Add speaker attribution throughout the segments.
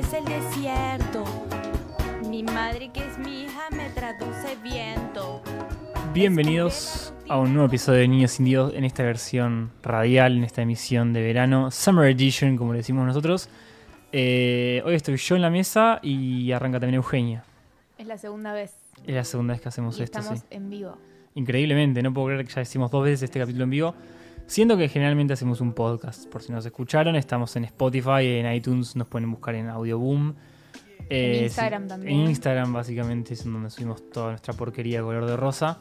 Speaker 1: es el desierto. Mi madre que es mi hija me traduce viento.
Speaker 2: Bienvenidos a un nuevo episodio de Niños Indios en esta versión radial, en esta emisión de verano, Summer Edition, como le decimos nosotros. Eh, hoy estoy yo en la mesa y arranca también Eugenia.
Speaker 3: Es la segunda vez.
Speaker 2: Es la segunda vez que hacemos
Speaker 3: y
Speaker 2: esto,
Speaker 3: estamos
Speaker 2: sí.
Speaker 3: en vivo.
Speaker 2: Increíblemente, no puedo creer que ya hicimos dos veces este capítulo en vivo. Siendo que generalmente hacemos un podcast, por si nos escucharon, estamos en Spotify, en iTunes, nos pueden buscar en Audioboom. Eh,
Speaker 3: Instagram
Speaker 2: sí,
Speaker 3: también.
Speaker 2: En Instagram básicamente es en donde subimos toda nuestra porquería de color de rosa.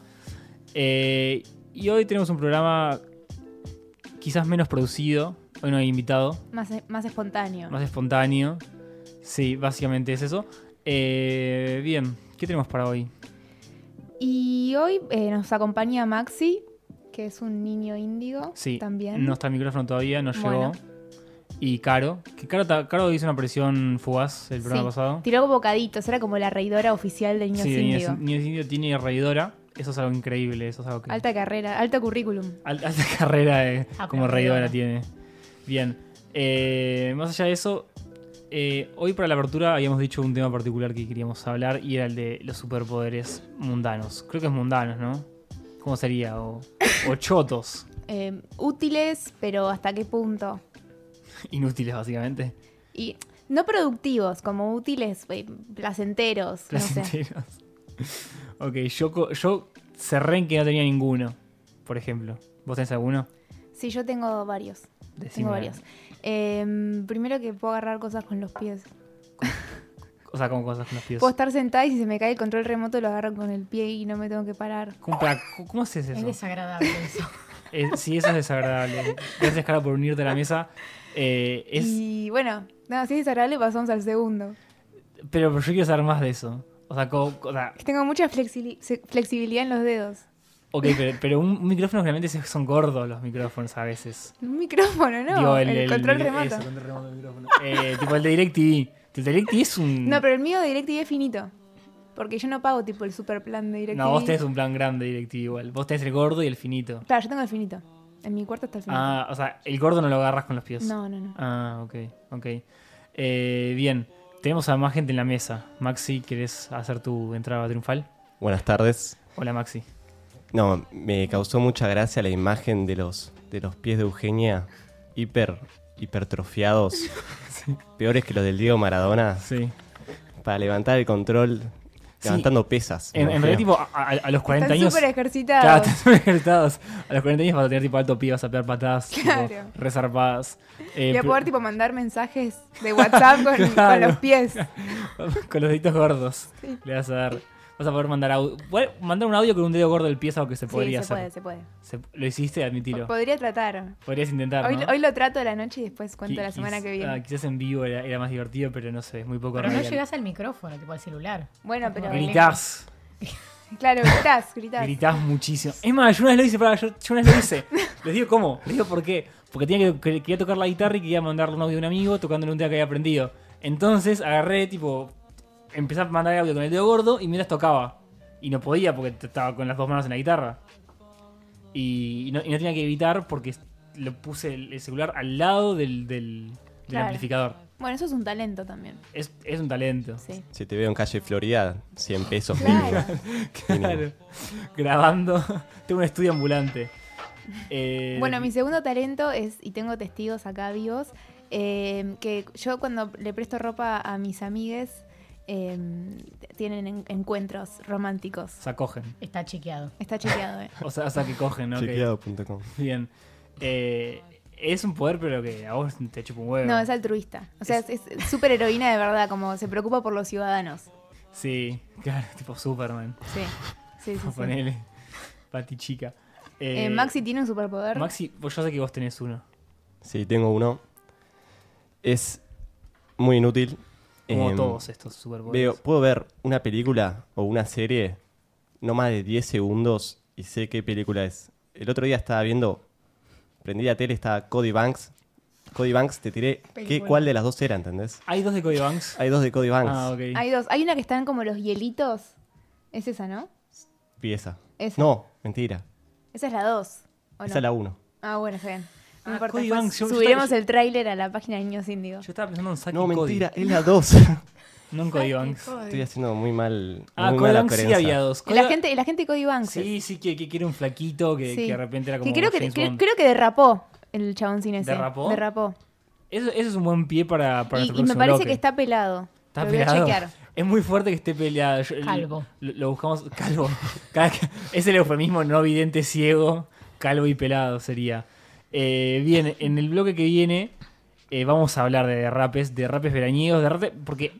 Speaker 2: Eh, y hoy tenemos un programa quizás menos producido, hoy no hay invitado,
Speaker 3: Más, más espontáneo.
Speaker 2: más espontáneo. Sí, básicamente es eso. Eh, bien, ¿qué tenemos para hoy?
Speaker 3: Y hoy eh, nos acompaña Maxi, que es un niño índigo.
Speaker 2: Sí,
Speaker 3: También.
Speaker 2: no está el micrófono todavía, no llegó.
Speaker 3: Bueno.
Speaker 2: Y Caro, que Caro, ta- Caro hizo una aparición fugaz el programa
Speaker 3: Sí,
Speaker 2: pasado.
Speaker 3: Tiró bocaditos, era como la reidora oficial de niños
Speaker 2: sí,
Speaker 3: índigo.
Speaker 2: Niños, Niños Indio tiene reidora. Eso es algo increíble, eso es algo que...
Speaker 3: Alta carrera, alto currículum.
Speaker 2: Al- alta carrera de-
Speaker 3: Ah,
Speaker 2: como
Speaker 3: pero
Speaker 2: reidora
Speaker 3: reidora.
Speaker 2: tiene. Bien, eh, más allá de eso, eh, hoy para la apertura habíamos dicho un tema particular que queríamos hablar y era el de los superpoderes mundanos. Creo que es mundanos, ¿no? ¿Cómo sería? O, o chotos.
Speaker 3: Eh, útiles, pero ¿hasta qué punto?
Speaker 2: Inútiles, básicamente.
Speaker 3: Y no productivos, como útiles, eh, placenteros. No sé.
Speaker 2: Placenteros. Ok, yo, co- yo cerré en que no tenía ninguno, por ejemplo. ¿Vos tenés alguno?
Speaker 3: Sí, yo tengo varios.
Speaker 2: Decime.
Speaker 3: Tengo varios. Eh, primero que puedo agarrar cosas con los pies.
Speaker 2: O sea, como cosas con los pies.
Speaker 3: Puedo estar sentada y si se me cae el control remoto lo agarro con el pie y no me tengo que parar.
Speaker 2: ¿Cómo, para- cómo- cómo haces
Speaker 4: Es
Speaker 2: eso?
Speaker 4: desagradable eso.
Speaker 2: Eh, sí, eso es desagradable. Gracias, Cara, por unirte a la mesa. Eh, es,
Speaker 3: Y bueno, nada, si es desagradable pasamos al segundo.
Speaker 2: Pero yo quiero saber más de eso. O sea, co- o sea,
Speaker 3: Tengo mucha flexili- se- flexibilidad en los dedos.
Speaker 2: ok, pero, pero un, un micrófono generalmente se- son gordos los micrófonos a veces.
Speaker 3: Un micrófono, ¿no?
Speaker 2: Digo,
Speaker 3: el, control
Speaker 2: micro-
Speaker 3: remoto.
Speaker 2: eso, control remoto del micrófono. Eh, tipo el de DirecTV. El DirecTV es un...
Speaker 3: No, pero el mío de DirecTV es finito. Porque yo no pago tipo el super plan de DirecTV.
Speaker 2: No, vos tenés un plan grande de DirecTV igual. Vos tenés el gordo y el finito.
Speaker 3: Claro, yo tengo el finito. En mi cuarto está el finito.
Speaker 2: Ah, o sea, el gordo no lo agarras con los pies.
Speaker 3: no, no, no.
Speaker 2: Ah, ok, ok. Eh, bien, tenemos a más gente en la mesa. Maxi, ¿querés hacer tu entrada triunfal?
Speaker 5: Buenas tardes.
Speaker 2: Hola, Maxi.
Speaker 5: No, me causó mucha gracia la imagen de los, de los pies de Eugenia hiper, hipertrofiados, peores que los del Diego Maradona,
Speaker 2: Sí.
Speaker 5: para levantar el control
Speaker 2: Sí.
Speaker 5: levantando pesas.
Speaker 2: En,
Speaker 5: me
Speaker 2: en
Speaker 5: refiero.
Speaker 2: realidad, tipo, a, a- a los 40
Speaker 3: Están
Speaker 2: años.
Speaker 3: súper
Speaker 2: Claro,
Speaker 3: ejercitados.
Speaker 2: están súper ejercitados. A los 40 años vas a tener tipo alto pie, vas a pegar patadas tipo,
Speaker 3: Claro.
Speaker 2: resarpadas. Eh,
Speaker 3: Voy a
Speaker 2: pero-
Speaker 3: poder tipo mandar mensajes de WhatsApp con, con
Speaker 2: Claro.
Speaker 3: los pies.
Speaker 2: con los deditos gordos. Le vas a dar. Vas a poder mandar audio. Mandar un audio con un dedo gordo del pie es algo que se podría
Speaker 3: sí, se puede,
Speaker 2: hacer.
Speaker 3: se puede.
Speaker 2: Se- lo hiciste, admitilo.
Speaker 3: Podría tratar.
Speaker 2: Podrías intentar.
Speaker 3: Hoy,
Speaker 2: ¿no?
Speaker 3: hoy lo trato a la noche y después cuento
Speaker 2: Qui-
Speaker 3: la semana
Speaker 2: quiz-
Speaker 3: que viene.
Speaker 2: ah, quizás en vivo era, era más divertido, pero no sé, es muy poco
Speaker 4: Pero no
Speaker 2: radial.
Speaker 4: llegas al micrófono, tipo al celular.
Speaker 2: ah,
Speaker 3: Bueno, pero-
Speaker 2: Gritás,
Speaker 3: Claro, gritás, gritás.
Speaker 2: gritás muchísimo. Es más, yo una vez lo hice, pará, yo, yo una vez lo hice. Les digo cómo, les digo por qué. Porque tenía que, que- quería tocar la guitarra y quería mandarle un audio a un amigo tocándole un tema que había aprendido. Entonces agarré, tipo, empecé a mandar audio con el dedo gordo y mientras tocaba. Y no podía porque t- estaba con las dos manos en la guitarra. Y, y no, y no tenía que gritar porque lo puse el, el celular al lado del, del- del
Speaker 3: Claro.
Speaker 2: amplificador.
Speaker 3: Bueno, eso es un talento también.
Speaker 2: Es, es un talento.
Speaker 3: Sí.
Speaker 5: Si te veo en calle Florida, 100 pesos mínimo.
Speaker 3: Claro.
Speaker 2: Claro. Grabando. Tengo un estudio ambulante. Eh,
Speaker 3: Bueno, mi segundo talento es, y tengo testigos acá vivos, eh, que yo cuando le presto ropa a mis amigues, eh, tienen en- encuentros
Speaker 2: O
Speaker 3: románticos.
Speaker 2: sea, cogen.
Speaker 4: Está chequeado.
Speaker 3: Está chequeado, ¿eh?
Speaker 2: O sea, o sea, que cogen, ¿no? Que-
Speaker 5: Chequeado.com.
Speaker 2: bien. Eh, es un poder, pero que a vos te chupa un huevo.
Speaker 3: No, es altruista. O sea, es es súper heroína de verdad, como se preocupa por los ciudadanos.
Speaker 2: Sí, claro, tipo Superman.
Speaker 3: Sí, sí, sí. sí.
Speaker 2: Ponele. Pati chica.
Speaker 3: Eh, Maxi tiene un superpoder.
Speaker 2: Maxi, vos- yo sé que vos tenés uno.
Speaker 5: Sí, tengo uno. Es muy inútil.
Speaker 2: Como
Speaker 5: Em,
Speaker 2: todos estos superpoderes.
Speaker 5: Veo, puedo ver una película o una serie no más de 10 segundos y sé qué película es. El otro día estaba viendo, prendí la tele, estaba Cody Banks. Cody Banks, te tiré qué,
Speaker 4: Película.
Speaker 5: cuál de las dos era, ¿entendés?
Speaker 2: ¿Hay dos de Cody Banks?
Speaker 5: Hay dos de Cody Banks.
Speaker 2: Ah, ok.
Speaker 3: Hay dos. Hay una que están como los hielitos. Es esa, ¿no?
Speaker 5: Vi esa.
Speaker 3: Esa.
Speaker 5: No, mentira.
Speaker 3: Esa es la 2.
Speaker 5: Esa es la uno.
Speaker 3: Ah, bueno, está bien. No
Speaker 2: Ah,
Speaker 3: importa,
Speaker 2: Cody
Speaker 3: después
Speaker 2: Banks, yo- yo
Speaker 3: subiremos
Speaker 2: estaba-
Speaker 3: el tráiler a la página de Niños Índigo.
Speaker 2: Yo estaba pensando en Saki
Speaker 5: No,
Speaker 2: Cody.
Speaker 5: mentira, es la 2.
Speaker 2: No en Cody Banks.
Speaker 5: Estoy haciendo muy mal.
Speaker 2: Ah,
Speaker 5: muy
Speaker 2: Cody
Speaker 5: mala
Speaker 2: Banks sí
Speaker 5: prensa.
Speaker 2: había dos.
Speaker 3: Y La
Speaker 2: Cody-
Speaker 3: gente, y la gente de Cody Banks.
Speaker 2: Sí, sí, que, que, que era un flaquito que,
Speaker 3: Sí.
Speaker 2: que de repente era como
Speaker 3: creo, que,
Speaker 2: James
Speaker 3: cre-
Speaker 2: Bond.
Speaker 3: creo que derrapó el chabón sin ese.
Speaker 2: ¿Derrapó?
Speaker 3: Derrapó.
Speaker 2: Eso, eso es un buen pie para, para
Speaker 3: Y,
Speaker 2: nuestro
Speaker 3: y me
Speaker 2: próximo
Speaker 3: parece
Speaker 2: bloque.
Speaker 3: que está pelado.
Speaker 2: Está
Speaker 3: Lo voy a
Speaker 2: peleado.
Speaker 3: chequear.
Speaker 2: Es muy fuerte que esté peleado. Yo-
Speaker 4: Calvo.
Speaker 2: Lo, lo buscamos. Calvo. Cada- es el eufemismo no vidente ciego. Calvo y pelado sería. Eh, bien, en el bloque que viene eh, vamos a hablar de derrapes, derrapes veraniegos, derrapes. Porque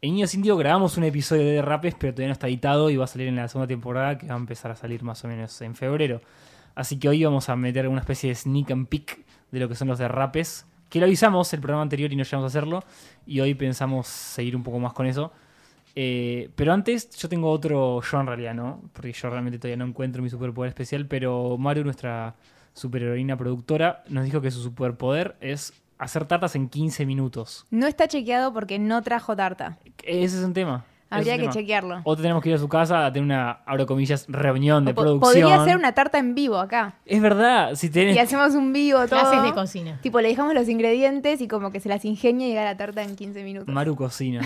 Speaker 2: en Niños Indios grabamos un episodio de derrapes, pero todavía no está editado y va a salir en la segunda temporada que va a empezar a salir más o menos en febrero. Así que hoy vamos a meter una especie de sneak and peek de lo que son los derrapes. Que lo avisamos el programa anterior y no llegamos a hacerlo. Y hoy pensamos seguir un poco más con eso. Eh, pero antes, yo tengo otro yo en realidad, ¿no? Porque yo realmente todavía no encuentro mi superpoder especial. Pero Maru, nuestra superheroína productora, nos dijo que su superpoder es hacer tartas en 15 minutos.
Speaker 3: No está chequeado porque no trajo tarta.
Speaker 2: Ese es un tema. Ese es
Speaker 3: Habría
Speaker 2: un
Speaker 3: que
Speaker 2: tema.
Speaker 3: chequearlo.
Speaker 2: O tenemos que ir a su casa a tener una, abro comillas, reunión de
Speaker 3: O po-
Speaker 2: producción.
Speaker 3: podría hacer una tarta en vivo acá.
Speaker 2: Es verdad, si tenés...
Speaker 3: Y hacemos un vivo todo.
Speaker 4: Clases de cocina.
Speaker 3: Tipo, le dejamos los ingredientes y como que se las ingenia y llega la tarta en 15 minutos.
Speaker 2: Maru Cocina.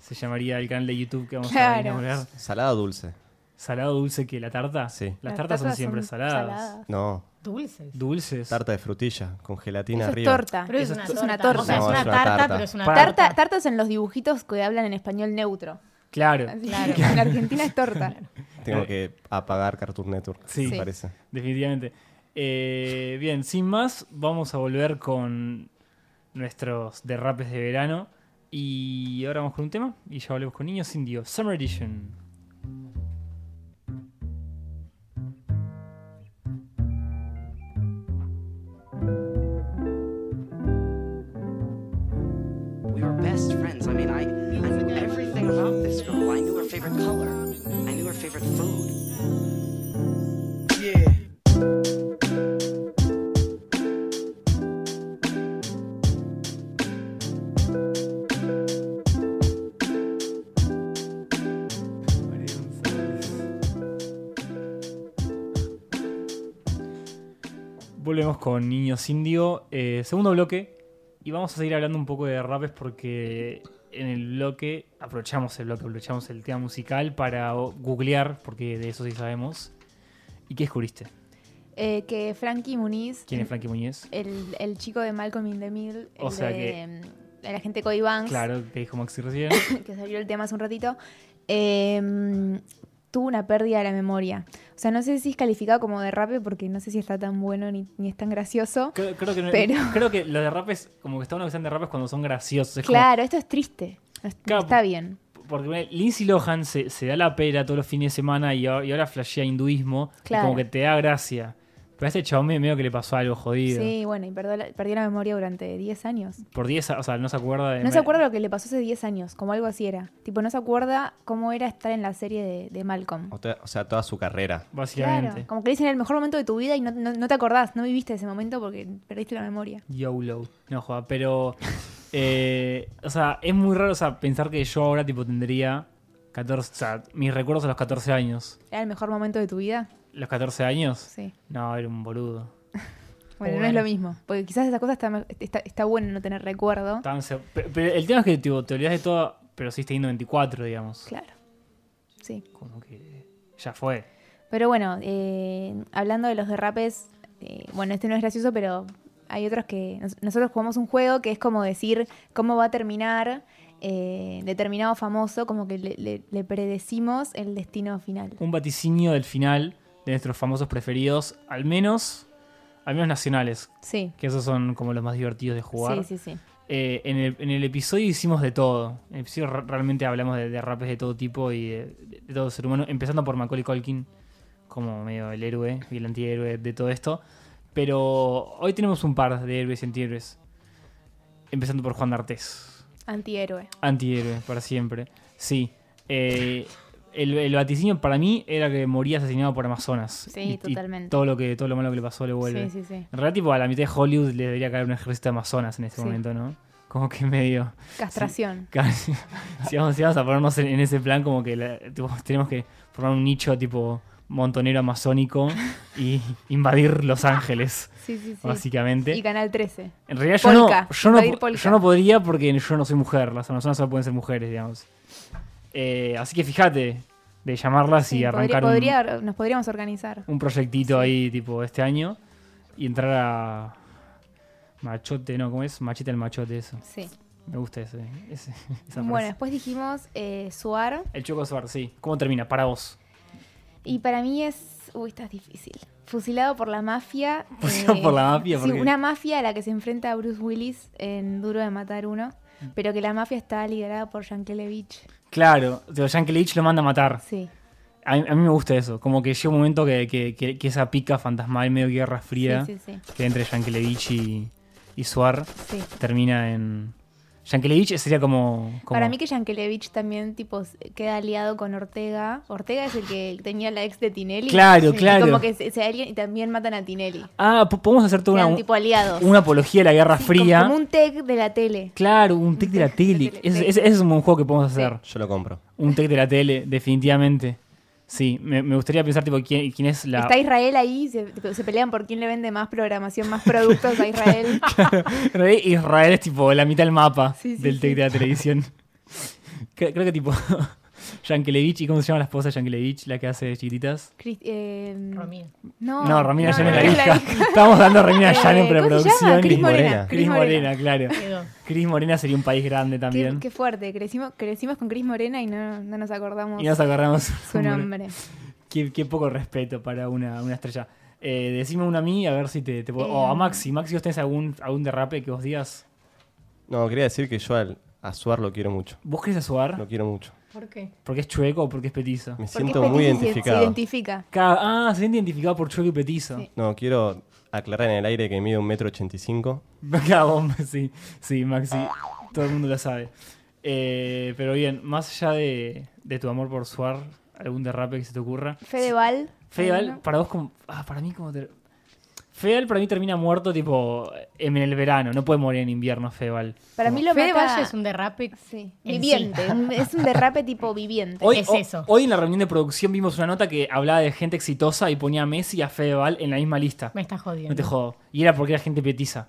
Speaker 2: Se llamaría el canal de YouTube que vamos a
Speaker 3: Claro.
Speaker 2: inaugurar.
Speaker 5: Salada o dulce.
Speaker 2: ¿Salado dulce que la tarta?
Speaker 5: Sí.
Speaker 2: Las, tartas, son siempre saladas.
Speaker 5: No,
Speaker 4: Dulces.
Speaker 2: Dulces.
Speaker 5: tarta de frutilla con gelatina
Speaker 3: Eso es
Speaker 5: arriba.
Speaker 3: torta.
Speaker 4: Pero es
Speaker 2: Eso
Speaker 4: una,
Speaker 2: es
Speaker 3: to- es una
Speaker 4: torta. O sea,
Speaker 5: torta. No,
Speaker 4: es una tarta, pero es una
Speaker 2: Para-
Speaker 4: tarta.
Speaker 3: Tarta, tarta son los dibujitos que hablan en español neutro.
Speaker 2: Claro.
Speaker 3: Así que En Argentina es torta.
Speaker 5: Tengo que apagar Cartoon Network,
Speaker 2: Eh. Sí.
Speaker 5: me
Speaker 3: Sí.
Speaker 5: parece.
Speaker 2: Definitivamente. Eh, bien, sin más, vamos a volver con nuestros derrapes de verano. Y ahora vamos con un tema y ya volvemos con Niños Indios, Summer Edition.
Speaker 6: We were best friends. I mean, I, I knew everything about this girl. I knew her favorite color. I knew her favorite food.
Speaker 7: Yeah.
Speaker 2: Volvemos con Niños Indio, eh, segundo bloque. Y vamos a seguir hablando un poco de derrapes porque en el bloque, aprovechamos el bloque, aprovechamos el tema musical para o- googlear, porque de eso sí sabemos. ¿Y qué descubriste?
Speaker 3: Eh, que Frankie Muniz,
Speaker 2: ¿Quién es Frankie Muñez?
Speaker 3: el, el chico de Malcolm in the Middle,
Speaker 2: O
Speaker 3: el
Speaker 2: sea
Speaker 3: de,
Speaker 2: que-
Speaker 3: mm, el agente Cody Banks,
Speaker 2: Claro, que dijo Maxi recién.
Speaker 3: que salió el tema hace un ratito, eh, mm, tuvo una pérdida de la memoria. O sea, no sé si es calificado como derrape porque no sé si está tan bueno ni, ni es tan gracioso.
Speaker 2: Creo, creo que, no-
Speaker 3: Pero-
Speaker 2: creo que los derrapes, como que está bueno que sean derrapes cuando son graciosos. Es como-
Speaker 3: Claro, esto es triste. No, es- no
Speaker 2: Claro.
Speaker 3: está bien.
Speaker 2: porque bueno, Lindsay Lohan se, se da la pera todos los fines de semana y, ahora- y ahora flashea hinduismo. y
Speaker 3: Claro.
Speaker 2: como que te da gracia. Pero a este chabón medio- medio que le pasó algo jodido.
Speaker 3: Sí, bueno, y perdió la, perdió la memoria durante 10 años.
Speaker 2: Por 10, o sea, no se acuerda de.
Speaker 3: No se acuerda lo que le pasó hace 10 años, como algo así era. Tipo, no se acuerda cómo era estar en la serie de, de Malcolm.
Speaker 5: O, te- o sea, toda su carrera.
Speaker 2: Básicamente.
Speaker 3: Claro, como que le dicen el mejor momento de tu vida y no, no- no te acordás, no viviste ese momento porque perdiste la memoria.
Speaker 2: YOLO. No, joda, pero. eh, o sea, es muy raro o sea, pensar que yo ahora tipo tendría 14. O sea, mis recuerdos a los 14 años.
Speaker 3: ¿Era el mejor momento de tu vida?
Speaker 2: ¿Los 14 años?
Speaker 3: Sí.
Speaker 2: No, era un boludo.
Speaker 3: Bueno,
Speaker 4: Bueno.
Speaker 3: no es lo mismo, porque quizás esa cosa está, me- está, está bueno no tener recuerdo.
Speaker 2: Tan se- pero, pero el tema es que tipo, te olvidas de todo, pero sí teniendo 24, digamos.
Speaker 3: Claro. Sí.
Speaker 2: Como que ya fue.
Speaker 3: Pero bueno, eh, hablando de los derrapes, eh, bueno, este no es gracioso, pero hay otros que nos- nosotros jugamos un juego que es como decir cómo va a terminar eh, determinado famoso, como que le, le- le predecimos el destino final.
Speaker 2: Un vaticinio del final de nuestros famosos preferidos, al menos, al menos nacionales,
Speaker 3: Sí,
Speaker 2: que esos son como los más divertidos de jugar.
Speaker 3: sí, sí, sí.
Speaker 2: Eh, en, el, en el episodio hicimos de todo. En el episodio re- realmente hablamos de, de rapes de todo tipo y de, de todo ser humano, empezando por Macaulay Culkin, como medio el héroe y el antihéroe de todo esto. Pero hoy tenemos un par de héroes y antihéroes. Empezando por Juan D'Artés.
Speaker 3: Antihéroe.
Speaker 2: Antihéroe, para siempre. Sí. Eh, el, el vaticinio para mí era que moría asesinado por Amazonas.
Speaker 3: Sí,
Speaker 2: Y- y
Speaker 3: totalmente.
Speaker 2: todo, lo que, todo lo malo que le pasó le vuelve.
Speaker 3: Sí, sí, sí.
Speaker 2: En realidad, tipo, a la mitad de Hollywood le debería caer un ejército de Amazonas en este
Speaker 3: Sí.
Speaker 2: momento, ¿no? Como que medio.
Speaker 3: Castración.
Speaker 2: casi- si, vamos, si vamos a ponernos en, en ese plan, como que la- tipo, tenemos que formar un nicho tipo montonero amazónico y invadir Los Ángeles,
Speaker 3: Sí, sí, sí.
Speaker 2: básicamente.
Speaker 3: Y Canal 13.
Speaker 2: En realidad yo,
Speaker 3: Polka,
Speaker 2: no, yo, no,
Speaker 3: invadir
Speaker 2: po-
Speaker 3: polka.
Speaker 2: yo no podría porque yo no soy mujer, las amazonas no pueden ser mujeres, digamos. Eh, así que fíjate de llamarlas
Speaker 3: Sí,
Speaker 2: y
Speaker 3: podría-
Speaker 2: arrancar un-
Speaker 3: podría- nos podríamos organizar.
Speaker 2: un, proyectito ahí tipo este año y entrar a machote, no, ¿cómo es? Machete al machote, eso.
Speaker 3: Sí.
Speaker 2: Me gusta ese, ese- esa
Speaker 3: Bueno,
Speaker 2: frase.
Speaker 3: después dijimos eh, Suar.
Speaker 2: El Choco Suar, sí. ¿Cómo termina? Para vos.
Speaker 3: Y para mí es. Uy, esta es difícil. Fusilado por la mafia. eh,
Speaker 2: Fusilado por la mafia,
Speaker 3: Sí,
Speaker 2: ¿por qué?
Speaker 3: una mafia a la que se enfrenta Bruce Willis en Duro de Matar Uno.
Speaker 2: Mm.
Speaker 3: Pero que la mafia está liderada por Yankelevich.
Speaker 2: Claro, o sea, Yankelevich lo manda a matar.
Speaker 3: Sí.
Speaker 2: A, mí- a mí me gusta eso. Como que llega un momento que, que- que- que esa pica fantasmal, medio guerra fría,
Speaker 3: Sí, sí, sí.
Speaker 2: que entre Yankelevich y, y Suar,
Speaker 3: sí.
Speaker 2: termina en. Yankelevich sería como. como-
Speaker 3: Para mí que Yankelevich también tipo s- queda aliado con Ortega. Ortega es el que tenía la ex de Tinelli.
Speaker 2: Claro,
Speaker 3: Y
Speaker 2: claro.
Speaker 3: como que se, se alían y también matan a Tinelli.
Speaker 2: Ah, po- podemos hacer toda
Speaker 3: Quedan
Speaker 2: una,
Speaker 3: tipo aliados.
Speaker 2: una apología de la guerra
Speaker 3: Sí, como-
Speaker 2: fría.
Speaker 3: Como, un tech de la tele.
Speaker 2: Claro, un tech de la
Speaker 3: tele,
Speaker 2: tele. Ese, ese- ese es un buen juego que podemos hacer.
Speaker 5: Yo lo compro.
Speaker 2: Un tech de la tele, definitivamente. Sí, me, me gustaría pensar tipo quién, quién es la.
Speaker 3: Está Israel ahí, se, tipo, se pelean por quién le vende más programación, más productos a Israel.
Speaker 2: En realidad, Israel es tipo la mitad del mapa
Speaker 3: Sí, sí,
Speaker 2: del
Speaker 3: sí.
Speaker 2: tech de la televisión. Cre- Creo que tipo. Yankelevich, ¿y cómo se llama la esposa de Yankelevich, la que hace de chiquititas?
Speaker 3: Cris- eh,
Speaker 4: Romina.
Speaker 3: no,
Speaker 2: No, Romina Yan es la
Speaker 3: no,
Speaker 2: hija. Estamos dando a Romina Yan en
Speaker 3: Eh, ¿cómo se llama?
Speaker 2: preproducción.
Speaker 3: Cris
Speaker 2: y-
Speaker 3: Morena.
Speaker 2: Cris
Speaker 3: Cris Morena.
Speaker 2: Morena, claro.
Speaker 4: Quedó.
Speaker 2: Cris Morena sería un país grande
Speaker 3: Qué,
Speaker 2: también.
Speaker 3: qué fuerte, crecimos, crecimos con Cris Morena y no, no nos acordamos
Speaker 2: Y nos agarramos
Speaker 3: su nombre.
Speaker 2: Qué, qué poco respeto para una, una estrella. Eh, decime una a mí, a ver si te, te puedo.
Speaker 3: Eh.
Speaker 2: O a Maxi. Maxi, ¿vos tenés algún, algún derrape que vos digas?
Speaker 5: No, quería decir que yo al, a Suar lo quiero mucho.
Speaker 2: ¿Vos querés a Suar?
Speaker 5: Lo quiero mucho.
Speaker 4: ¿Por qué?
Speaker 2: ¿Porque es chueco o porque es petizo?
Speaker 5: Me
Speaker 3: Porque
Speaker 5: siento
Speaker 3: es petiso
Speaker 5: muy
Speaker 3: y se- Se
Speaker 5: identificado.
Speaker 3: identifica.
Speaker 2: Ca- Ah, se siente identificado por chueco y petizo.
Speaker 3: Sí.
Speaker 5: No, quiero aclarar en el aire que mide un metro ochenta y cinco.
Speaker 2: Acá bomba, sí, sí, Maxi. Todo el mundo lo sabe. Eh, pero bien, más allá de, de tu amor por Suar, algún derrape que se te ocurra.
Speaker 3: Fedeval.
Speaker 2: Fedeval,
Speaker 3: ¿no?
Speaker 2: para vos como. Ah, para mí como. ter- Fedeval para mí termina muerto tipo en el verano. No puede morir en invierno, Fedeval.
Speaker 3: Para mí lo
Speaker 4: Fede
Speaker 3: mata-
Speaker 4: Valle es un derrape.
Speaker 3: sí,
Speaker 4: en
Speaker 3: viviente.
Speaker 4: sí.
Speaker 3: un- Es un derrape tipo viviente.
Speaker 2: Hoy,
Speaker 4: es
Speaker 2: ho-
Speaker 4: eso.
Speaker 2: hoy en la reunión de producción vimos una nota que hablaba de gente exitosa y ponía a Messi y a Fedeval en la misma lista.
Speaker 4: Me estás jodiendo.
Speaker 2: No te jodo. Y era porque era gente petiza.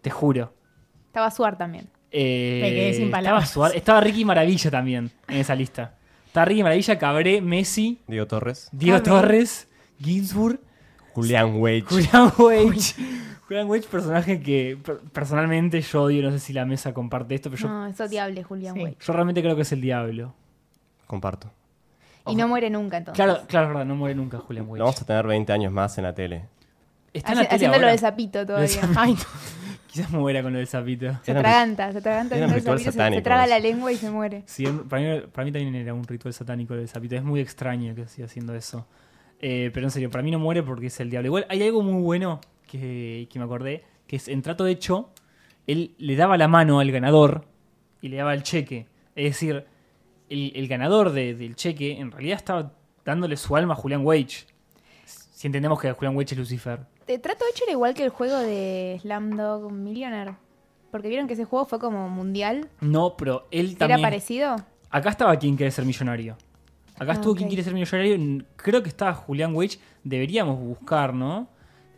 Speaker 2: Te juro.
Speaker 3: Estaba Suar también.
Speaker 2: Eh,
Speaker 4: Me quedé sin
Speaker 2: estaba,
Speaker 4: palabras.
Speaker 2: Suar- estaba Ricky Maravilla también en esa lista. Estaba Ricky Maravilla, Cabré, Messi,
Speaker 5: Diego Torres.
Speaker 2: Diego
Speaker 3: Ah, mira.
Speaker 2: Torres, Ginsburg.
Speaker 5: Julián Wage.
Speaker 2: Julian Wage. Julian Wage, personaje que per- personalmente yo odio, no sé si la mesa comparte esto, pero yo,
Speaker 3: No, es odiable, Julián
Speaker 4: Sí.
Speaker 3: Wade.
Speaker 2: yo realmente creo que es el diablo.
Speaker 5: Comparto.
Speaker 3: Y no muere nunca entonces.
Speaker 2: Claro, claro, es verdad, no muere nunca Julian Wage.
Speaker 5: No vamos a tener 20 años más en la tele.
Speaker 2: Está en
Speaker 3: Haci-
Speaker 2: la tele
Speaker 3: haciéndolo
Speaker 2: ahora.
Speaker 3: de sapito
Speaker 2: Lo del
Speaker 3: todavía.
Speaker 2: sapito.
Speaker 4: Ay, no.
Speaker 2: Quizás muera con lo del sapito.
Speaker 3: Se
Speaker 5: Eran ri-
Speaker 3: atraganta, se atraganta.
Speaker 5: eran
Speaker 3: haciendo el
Speaker 5: ritual
Speaker 3: sapito, se- se,
Speaker 5: satánico
Speaker 3: traga
Speaker 5: eso.
Speaker 3: la lengua y se muere.
Speaker 2: Sí, para mí, para mí también era un ritual satánico lo del sapito. Es muy extraño que siga haciendo eso. Eh, pero en serio, para mí no muere porque es el diablo. Igual hay algo muy bueno que, que me acordé, que es en trato hecho, él le daba la mano al ganador y le daba el cheque. Es decir, el, el ganador de- del cheque en realidad estaba dándole su alma a Julian Wage. Si entendemos que Julian Wage es Lucifer.
Speaker 3: Te trato hecho era igual que el juego de Slamdog Millionaire. Porque vieron que ese juego fue como mundial.
Speaker 2: No, pero él
Speaker 3: ¿Era
Speaker 2: también...
Speaker 3: parecido?
Speaker 2: Acá estaba quien quiere ser millonario. Acá
Speaker 3: Ah,
Speaker 2: estuvo
Speaker 3: ok.
Speaker 2: quien quiere ser millonario. N- Creo que estaba Julián Wage. Deberíamos buscar, ¿no?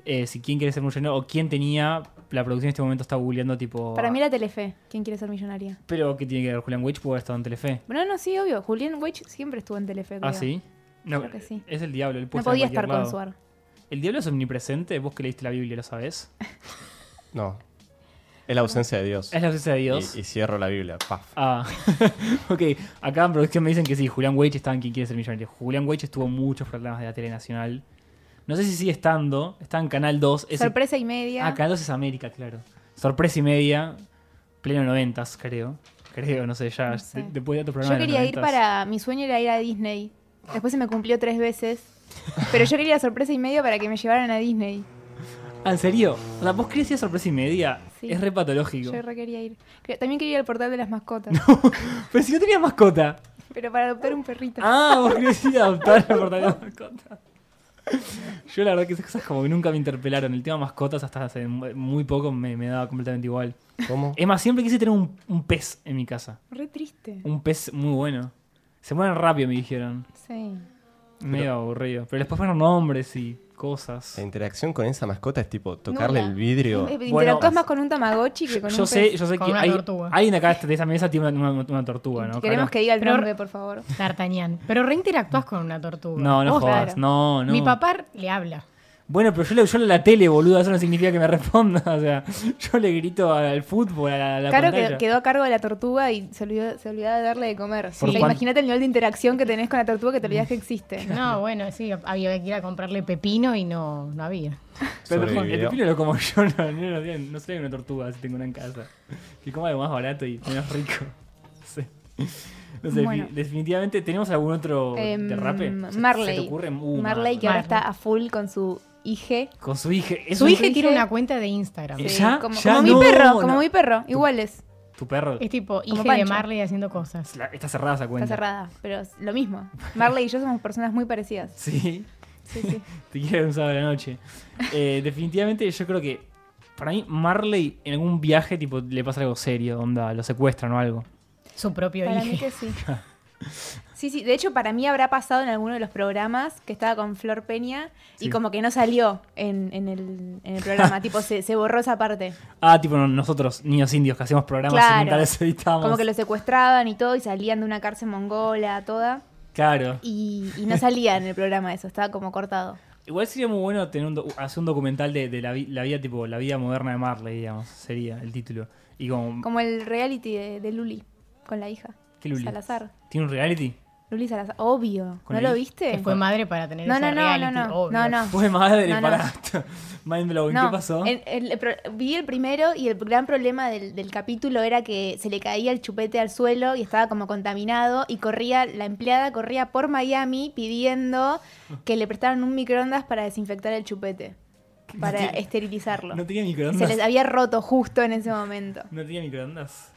Speaker 2: Eh, si quién quiere ser millonario o quién tenía. La producción en este momento está googleando tipo.
Speaker 3: Para mí era Telefe. ¿Quién quiere ser millonaria?
Speaker 2: Pero ¿qué tiene que ver Julián Wage? Puede haber estado en Telefe.
Speaker 3: Bueno, no, sí, obvio. Julián Wage siempre estuvo en Telefe.
Speaker 2: ¿Ah,
Speaker 3: creo.
Speaker 2: sí? No,
Speaker 3: Creo que sí.
Speaker 2: es el diablo. Él puede
Speaker 3: No
Speaker 2: estar en
Speaker 3: podía
Speaker 2: cualquier
Speaker 3: estar con
Speaker 2: lado.
Speaker 3: Suar.
Speaker 2: ¿El diablo es omnipresente? Vos que leíste la Biblia, ¿lo sabés?
Speaker 5: No. Es la ausencia de Dios.
Speaker 2: Es la ausencia de Dios.
Speaker 5: Y, y cierro la Biblia. Paf.
Speaker 2: Ah, ok. Acá en producción me dicen que sí, Julián Weich estaba en Quien Quiere Ser Millonario. Julián Weich estuvo en muchos programas de la tele nacional. No sé si sigue estando. Está en Canal 2. Ese-
Speaker 3: Sorpresa y media.
Speaker 2: Ah, Canal 2 es América, claro. Sorpresa y media, pleno noventas, creo. Creo, no sé, ya
Speaker 3: No sé.
Speaker 2: de- después de otro programa.
Speaker 3: Yo
Speaker 2: de los
Speaker 3: quería ir
Speaker 2: 90s.
Speaker 3: para. Mi sueño era ir a Disney. Después se me cumplió tres veces. Pero yo quería sorpresa y media para que me llevaran a Disney.
Speaker 2: Ah, ¿En serio? O sea, vos querés ir a sorpresa y media.
Speaker 3: Sí.
Speaker 2: Es re patológico.
Speaker 3: Yo re quería ir. Cre- También quería ir al portal de las mascotas.
Speaker 2: Pero si no tenías mascota.
Speaker 3: Pero para adoptar un perrito.
Speaker 2: Ah, vos querés ir a adoptar la portadora de mascota. Yo la verdad que esas cosas como que nunca me interpelaron. El tema mascotas hasta hace mu- muy poco me, me daba completamente igual.
Speaker 5: ¿Cómo?
Speaker 2: Es más, siempre quise tener un, un pez en mi casa.
Speaker 3: Re triste.
Speaker 2: Un pez muy bueno. Se mueren rápido, me dijeron.
Speaker 3: Sí.
Speaker 2: Medio aburrido. Pero después fueron nombres y cosas.
Speaker 5: La interacción con esa mascota es tipo tocarle
Speaker 3: Nula.
Speaker 5: el vidrio.
Speaker 3: Eh,
Speaker 2: Bueno,
Speaker 3: Interactúas más con un tamagotchi que con
Speaker 2: Yo
Speaker 3: un
Speaker 2: sé,
Speaker 3: pez.
Speaker 2: yo sé
Speaker 4: Con
Speaker 2: que
Speaker 4: una
Speaker 2: hay,
Speaker 4: tortuga.
Speaker 2: alguien acá de esta mesa tiene una, una- una tortuga, ¿no?
Speaker 3: Queremos
Speaker 2: Claro.
Speaker 3: que diga el
Speaker 4: Pero-
Speaker 3: nombre, por favor.
Speaker 4: D'Artagnan. Pero reinteractúas con una tortuga.
Speaker 2: No, no
Speaker 4: Vos-
Speaker 2: jodas,
Speaker 3: claro.
Speaker 2: no, no.
Speaker 4: Mi papá le habla.
Speaker 2: Bueno, pero yo le yo leo la tele, boludo, eso no significa que me responda. O sea, yo le grito al fútbol, a la, a la
Speaker 3: Claro que
Speaker 2: pantalla.
Speaker 3: quedó a cargo de la tortuga y se, olvidó, se olvidaba de darle de comer.
Speaker 2: Por
Speaker 3: O sea,
Speaker 2: cuan-
Speaker 3: Imagínate el nivel de interacción que tenés con la tortuga que te olvidas que existe.
Speaker 4: No, bueno, sí, había que ir a comprarle pepino y no, no había.
Speaker 2: Pero el
Speaker 5: Sobrevivió.
Speaker 2: pepino lo como yo, no, no, lo tiene- no soy una tortuga si tengo una en casa. Que como algo más barato y menos rico. No sé. No sé,
Speaker 3: Bueno.
Speaker 2: fi- definitivamente, ¿tenemos algún otro
Speaker 3: Em,
Speaker 2: derrape? ¿Se-
Speaker 3: Marley.
Speaker 2: ¿Se te ocurre? Uh,
Speaker 3: Marley que ahora
Speaker 4: Marley.
Speaker 3: está a full con su hija.
Speaker 2: Con su hija. ¿Es
Speaker 4: Su
Speaker 2: un-
Speaker 4: hija tiene
Speaker 3: dije-
Speaker 4: una cuenta de Instagram.
Speaker 2: Sí.
Speaker 4: Es,
Speaker 2: Ya,
Speaker 3: como
Speaker 2: ya
Speaker 3: como
Speaker 2: no,
Speaker 3: mi perro,
Speaker 2: no.
Speaker 3: como mi perro, iguales.
Speaker 2: Tu perro.
Speaker 4: tipo hija de
Speaker 3: Pancho.
Speaker 4: Marley haciendo cosas.
Speaker 2: la- está cerrada esa cuenta.
Speaker 3: Está cerrada, pero es lo mismo. Marley y yo somos personas muy parecidas.
Speaker 2: Sí.
Speaker 3: Sí, sí.
Speaker 2: Te quiero ver un sábado de la noche. Eh, definitivamente yo creo que para mí Marley en algún viaje tipo le pasa algo serio, onda, lo secuestran o algo.
Speaker 4: Su propio
Speaker 3: Para mí
Speaker 4: hijo.
Speaker 3: que sí. Sí, sí, de hecho para mí habrá pasado en alguno de los programas que estaba con Flor Peña
Speaker 2: Sí.
Speaker 3: y como que no salió en, en el, en el programa, tipo se, se borró esa parte.
Speaker 2: Ah, tipo no- nosotros, niños indios, que hacemos programas y
Speaker 3: Claro.
Speaker 2: nunca les editamos.
Speaker 3: Como que lo secuestraban y todo y salían de una cárcel mongola, toda.
Speaker 2: Claro.
Speaker 3: Y, y no salía en el programa eso, estaba como cortado.
Speaker 2: Igual sería muy bueno tener un do- uh, hacer un documental de, de la, vi- la vida, tipo, la vida moderna de Marley, digamos, sería el título. Y como,
Speaker 3: Como el reality de, de Luli con la hija.
Speaker 2: ¿Qué Luli?
Speaker 3: Salazar.
Speaker 2: ¿Tiene un reality?
Speaker 3: Luli Salazar, obvio.
Speaker 2: ¿Con
Speaker 3: ¿No
Speaker 2: la
Speaker 3: lo
Speaker 2: hija?
Speaker 3: viste?
Speaker 4: Que fue madre para tener
Speaker 3: No,
Speaker 4: esa
Speaker 3: no, no, no,
Speaker 4: reality,
Speaker 3: no,
Speaker 4: obvio.
Speaker 3: no, no.
Speaker 2: Fue madre,
Speaker 3: No, no.
Speaker 2: pará. Mind blowing,
Speaker 3: No,
Speaker 2: ¿qué pasó?
Speaker 3: el- el- el pro- vi el primero y el gran problema del, del capítulo era que se le caía el chupete al suelo y estaba como contaminado y corría, la empleada corría por Miami pidiendo que le prestaran un microondas para desinfectar el chupete, para
Speaker 2: tiene-
Speaker 3: esterilizarlo.
Speaker 2: No tenía
Speaker 3: Y se
Speaker 2: microondas.
Speaker 3: les había roto justo en ese momento.
Speaker 2: No tenía microondas.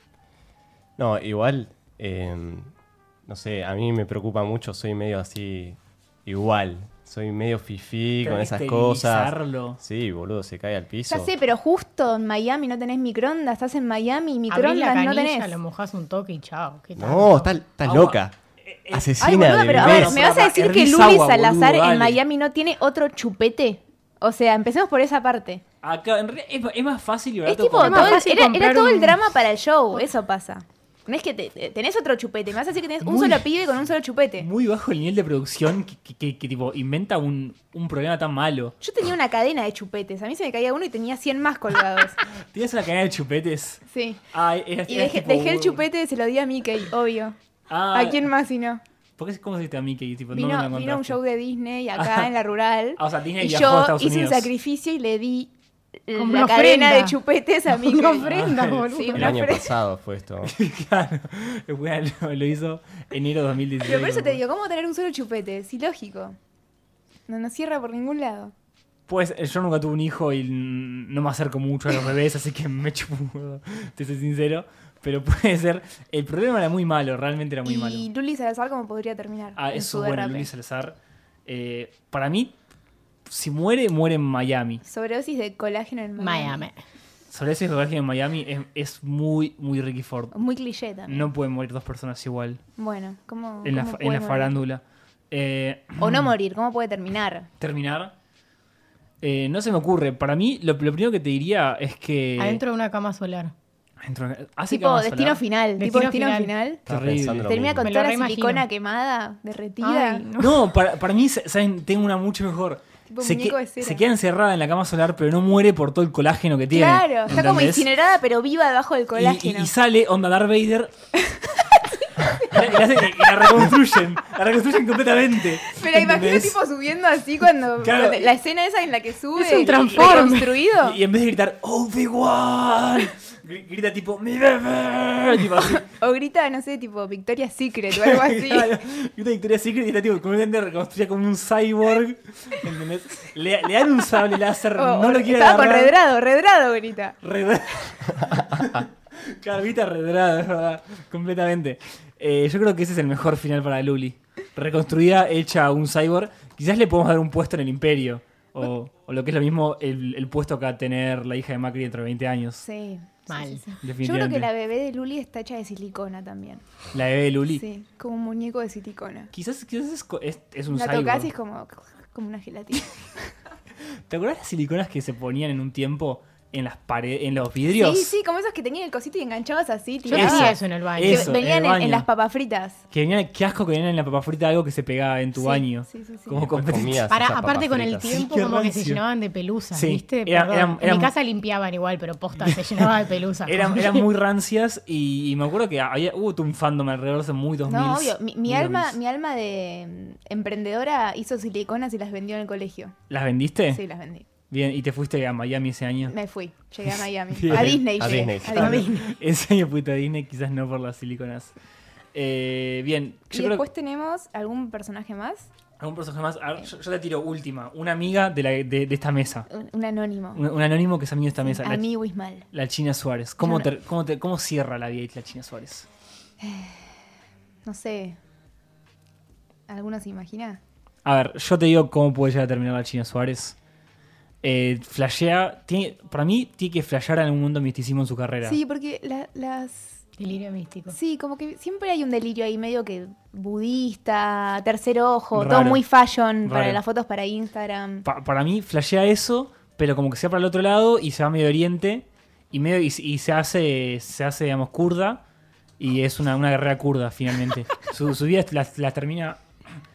Speaker 5: No, igual, eh, no sé, a mí me preocupa mucho, soy medio así, igual, soy medio fifí
Speaker 2: Pero
Speaker 5: con esas cosas.
Speaker 2: esterilizarlo.
Speaker 5: Sí, boludo, se cae al piso.
Speaker 3: Ya sé, pero justo en Miami no tenés microondas, estás en Miami y
Speaker 4: Abrís la
Speaker 3: microondas
Speaker 4: canilla,
Speaker 3: no tenés.
Speaker 4: lo mojás un toque y chao. ¿qué tal?
Speaker 5: No, estás estás
Speaker 2: Agua.
Speaker 5: loca.
Speaker 2: Eh, eh,
Speaker 3: Ay,
Speaker 5: Asesina
Speaker 3: boludo,
Speaker 5: de
Speaker 3: pero a
Speaker 5: bebés.
Speaker 3: ver, ¿me vas a decir que
Speaker 2: Hervís
Speaker 3: Luli
Speaker 2: agua,
Speaker 3: Salazar
Speaker 2: boludo, dale.
Speaker 3: en Miami no tiene otro chupete? O sea, empecemos por esa parte.
Speaker 2: Acá, en realidad, es, es más fácil y
Speaker 3: Es
Speaker 2: barato
Speaker 3: tipo,
Speaker 2: comprar-
Speaker 3: todo el-
Speaker 4: fácil
Speaker 3: era,
Speaker 4: comprar
Speaker 3: era todo el
Speaker 4: un-
Speaker 3: drama para el show, eso pasa. No es que te- te- tenés otro chupete, me vas a decir que tenés un
Speaker 2: Muy-
Speaker 3: solo pibe con un solo chupete.
Speaker 2: muy bajo el nivel de producción que, que- que- que, tipo inventa un, un problema tan malo.
Speaker 3: Yo tenía una cadena de chupetes, a mí se me caía uno y tenía 100 más colgados.
Speaker 2: Tienes una cadena de chupetes.
Speaker 3: Sí.
Speaker 2: Ah, era-
Speaker 3: Y
Speaker 2: era
Speaker 3: dejé,
Speaker 2: tipo-
Speaker 3: dejé el chupete, se lo di a Mickey, obvio.
Speaker 2: Ah,
Speaker 3: ¿A quién más si no?
Speaker 2: ¿Por qué cómo se dice a Mickey? Tipo, no me
Speaker 3: Vino,
Speaker 2: lo
Speaker 3: vino un
Speaker 2: contaste.
Speaker 3: show de Disney acá en la rural.
Speaker 2: Ah, o sea, Disney
Speaker 3: y
Speaker 2: viajó a
Speaker 3: yo
Speaker 2: Estados
Speaker 3: hice
Speaker 2: Unidos.
Speaker 3: un sacrificio y le di
Speaker 4: Como
Speaker 3: la
Speaker 4: una
Speaker 3: cadena
Speaker 4: ofrenda.
Speaker 3: de chupetes a Mickey.
Speaker 4: Una ofrenda, boludo.
Speaker 3: Sí,
Speaker 5: El
Speaker 3: una
Speaker 5: año
Speaker 3: ofrenda.
Speaker 5: pasado fue esto.
Speaker 2: claro. El weá lo, lo hizo enero de 2016.
Speaker 3: Pero por eso te digo, ¿cómo tener un solo chupete? Es ilógico. No nos cierra por ningún lado.
Speaker 2: Pues eh, yo nunca tuve un hijo y mm, no me acerco mucho a los bebés, así que me chupo un huevo, te soy sincero. Pero puede ser. El problema era muy malo, realmente era muy
Speaker 3: y
Speaker 2: malo.
Speaker 3: Luli Salazar, ¿cómo podría terminar?
Speaker 2: Ah,
Speaker 3: en
Speaker 2: eso
Speaker 3: su
Speaker 2: bueno,
Speaker 3: derrape?
Speaker 2: Luis Salazar. Eh, para mí, si muere, muere en Miami.
Speaker 3: Sobredosis de colágeno en Miami.
Speaker 4: Miami.
Speaker 2: Sobre ese colegio en Miami es, es muy, muy Ricky Ford.
Speaker 3: Muy cliché también.
Speaker 2: No pueden morir dos personas igual
Speaker 3: Bueno, ¿cómo,
Speaker 2: en la,
Speaker 3: cómo
Speaker 2: fa- en la
Speaker 3: puede morir?
Speaker 2: farándula. Eh,
Speaker 3: O no morir, ¿cómo puede terminar?
Speaker 2: terminar. Eh, no se me ocurre. Para mí, lo, lo primero que te diría es que.
Speaker 4: Adentro de una cama solar.
Speaker 2: Adentro- hace que
Speaker 3: Tipo
Speaker 2: vamos a
Speaker 3: destino
Speaker 2: hablar.
Speaker 3: final. tipo
Speaker 4: Destino
Speaker 3: destino final.
Speaker 5: Estaba
Speaker 2: Terrible.
Speaker 5: pensando lo
Speaker 3: Termina
Speaker 5: mismo.
Speaker 3: con
Speaker 4: Me lo
Speaker 3: toda la
Speaker 4: reimagino.
Speaker 3: silicona quemada, derretida.
Speaker 4: Ay, no.
Speaker 2: No, para, para mí, sa- ¿saben? Tengo una mucho mejor.
Speaker 3: Tipo
Speaker 2: Se,
Speaker 3: muñeco
Speaker 2: que-
Speaker 3: de cera.
Speaker 2: se queda encerrada en la cama solar, pero no muere por todo el colágeno que tiene.
Speaker 3: Claro, está como
Speaker 2: ¿entendés?
Speaker 3: incinerada pero viva debajo del
Speaker 2: Y- Y,
Speaker 3: colágeno.
Speaker 2: y sale onda Darth Vader. Y la, y la hacen- y la reconstruyen. La reconstruyen completamente.
Speaker 3: pero imagino
Speaker 2: ¿entendés?
Speaker 3: tipo subiendo así cuando,
Speaker 2: Claro.
Speaker 3: cuando- la escena esa en la que sube
Speaker 4: Es un
Speaker 3: y-
Speaker 4: transforme.
Speaker 3: reconstruido.
Speaker 2: Y, y en vez de gritar, ¡Obi-Wan! gri- Grita tipo, ¡Mi bebé! Tipo así.
Speaker 3: O grita, no sé, tipo Victoria's Secret o algo así.
Speaker 2: Claro. Y una Victoria Secret y está tipo completamente reconstruida como un cyborg. ¿Entendés? Le, le dan un sable láser,
Speaker 3: O-
Speaker 2: no
Speaker 3: o-
Speaker 2: lo quiere
Speaker 3: Oh, Estaba con
Speaker 2: agarrar.
Speaker 3: redrado, redrado grita.
Speaker 2: Redra- Carvita redrada, es verdad. Completamente. Eh, yo creo que ese es el mejor final para Luli. Reconstruida, hecha un cyborg. Quizás le podemos dar un puesto en el imperio. O, o lo que es lo mismo, el, el puesto que va a tener la hija de Macri dentro de 20 años.
Speaker 3: Sí,
Speaker 4: Mal.
Speaker 3: Yo creo que
Speaker 2: definitivamente.
Speaker 3: la bebé de Luli está hecha de silicona también.
Speaker 2: La bebé de Luli.
Speaker 3: Sí, como un muñeco de silicona.
Speaker 2: Quizás, quizás es, co- es- es un
Speaker 3: La
Speaker 2: cyborg.
Speaker 3: tocas y es como, como una gelatina.
Speaker 2: ¿Te acuerdas las siliconas que se ponían en un tiempo en las paredes, en los vidrios?
Speaker 3: Sí, sí, como esos que tenían el cosito y enganchabas así.
Speaker 4: Yo
Speaker 3: tirabas.
Speaker 4: hacía eso en el baño.
Speaker 3: Que
Speaker 2: Eso, en el
Speaker 3: venían en, en
Speaker 2: baño.
Speaker 3: las papas fritas.
Speaker 2: Que venían, qué asco que venían en la papa frita algo que se pegaba en tu
Speaker 3: Sí,
Speaker 2: baño.
Speaker 3: sí, sí, sí.
Speaker 2: Como
Speaker 5: Después
Speaker 2: competi-
Speaker 5: comías
Speaker 4: Para,
Speaker 5: esas papas
Speaker 4: aparte con el
Speaker 5: fritas.
Speaker 2: Sí,
Speaker 4: tiempo
Speaker 2: qué
Speaker 4: como que se
Speaker 2: rancio.
Speaker 4: llenaban de pelusas,
Speaker 2: Sí,
Speaker 4: ¿viste?
Speaker 2: era-
Speaker 4: Perdón.
Speaker 2: eran-
Speaker 4: en
Speaker 2: eran-
Speaker 4: mi casa limpiaban igual, pero posta, se llenaba de pelusas.
Speaker 2: Eran, eran muy rancias y, y me acuerdo que había, hubo un fandom alrededor de muy 2000.
Speaker 3: No, obvio. Mi, mi alma, mi alma de mm, emprendedora hizo siliconas y las vendió en el colegio.
Speaker 2: ¿Las vendiste?
Speaker 3: Sí, las vendí.
Speaker 2: Bien, y te fuiste a Miami ese año.
Speaker 3: Me fui. Llegué a Miami.
Speaker 2: Bien.
Speaker 3: A Disney
Speaker 5: A
Speaker 3: llegué.
Speaker 5: Disney.
Speaker 3: A
Speaker 2: Claro.
Speaker 3: Disney.
Speaker 2: Ese año fuiste a Disney, quizás no por las siliconas. Eh, bien, yo
Speaker 3: Y
Speaker 2: creo
Speaker 3: después Eh. tenemos algún personaje más.
Speaker 2: algún personaje más. A ver, yo, yo te tiro última. Una amiga de, la, de, de esta mesa.
Speaker 3: Un, un anónimo.
Speaker 2: Un, un anónimo que es amigo de esta mesa.
Speaker 3: a
Speaker 2: La,
Speaker 3: mí, Wismal.
Speaker 2: la China Suárez. ¿Cómo,
Speaker 3: Yo no-
Speaker 2: ter- cómo, te- cómo cierra la vida la China Suárez?
Speaker 3: No sé. ¿Alguno se imagina?
Speaker 2: A ver, yo te digo cómo puede llegar a terminar la China Suárez. Eh, flashea. Tiene, para mí, tiene que flashear en algún mundo misticismo en su carrera.
Speaker 3: Sí, porque la- las.
Speaker 4: Delirio místico.
Speaker 3: Sí, como que siempre hay un delirio ahí medio que budista, tercer ojo, todo
Speaker 2: Raro.
Speaker 3: muy fashion para
Speaker 2: Raro.
Speaker 3: las fotos para Instagram.
Speaker 2: Pa- para mí, flashea eso, pero como que sea para el otro lado y se va a Medio Oriente y, medio, y, y se hace, se hace digamos, kurda y es una, una guerrera kurda finalmente. su, su vida las las termina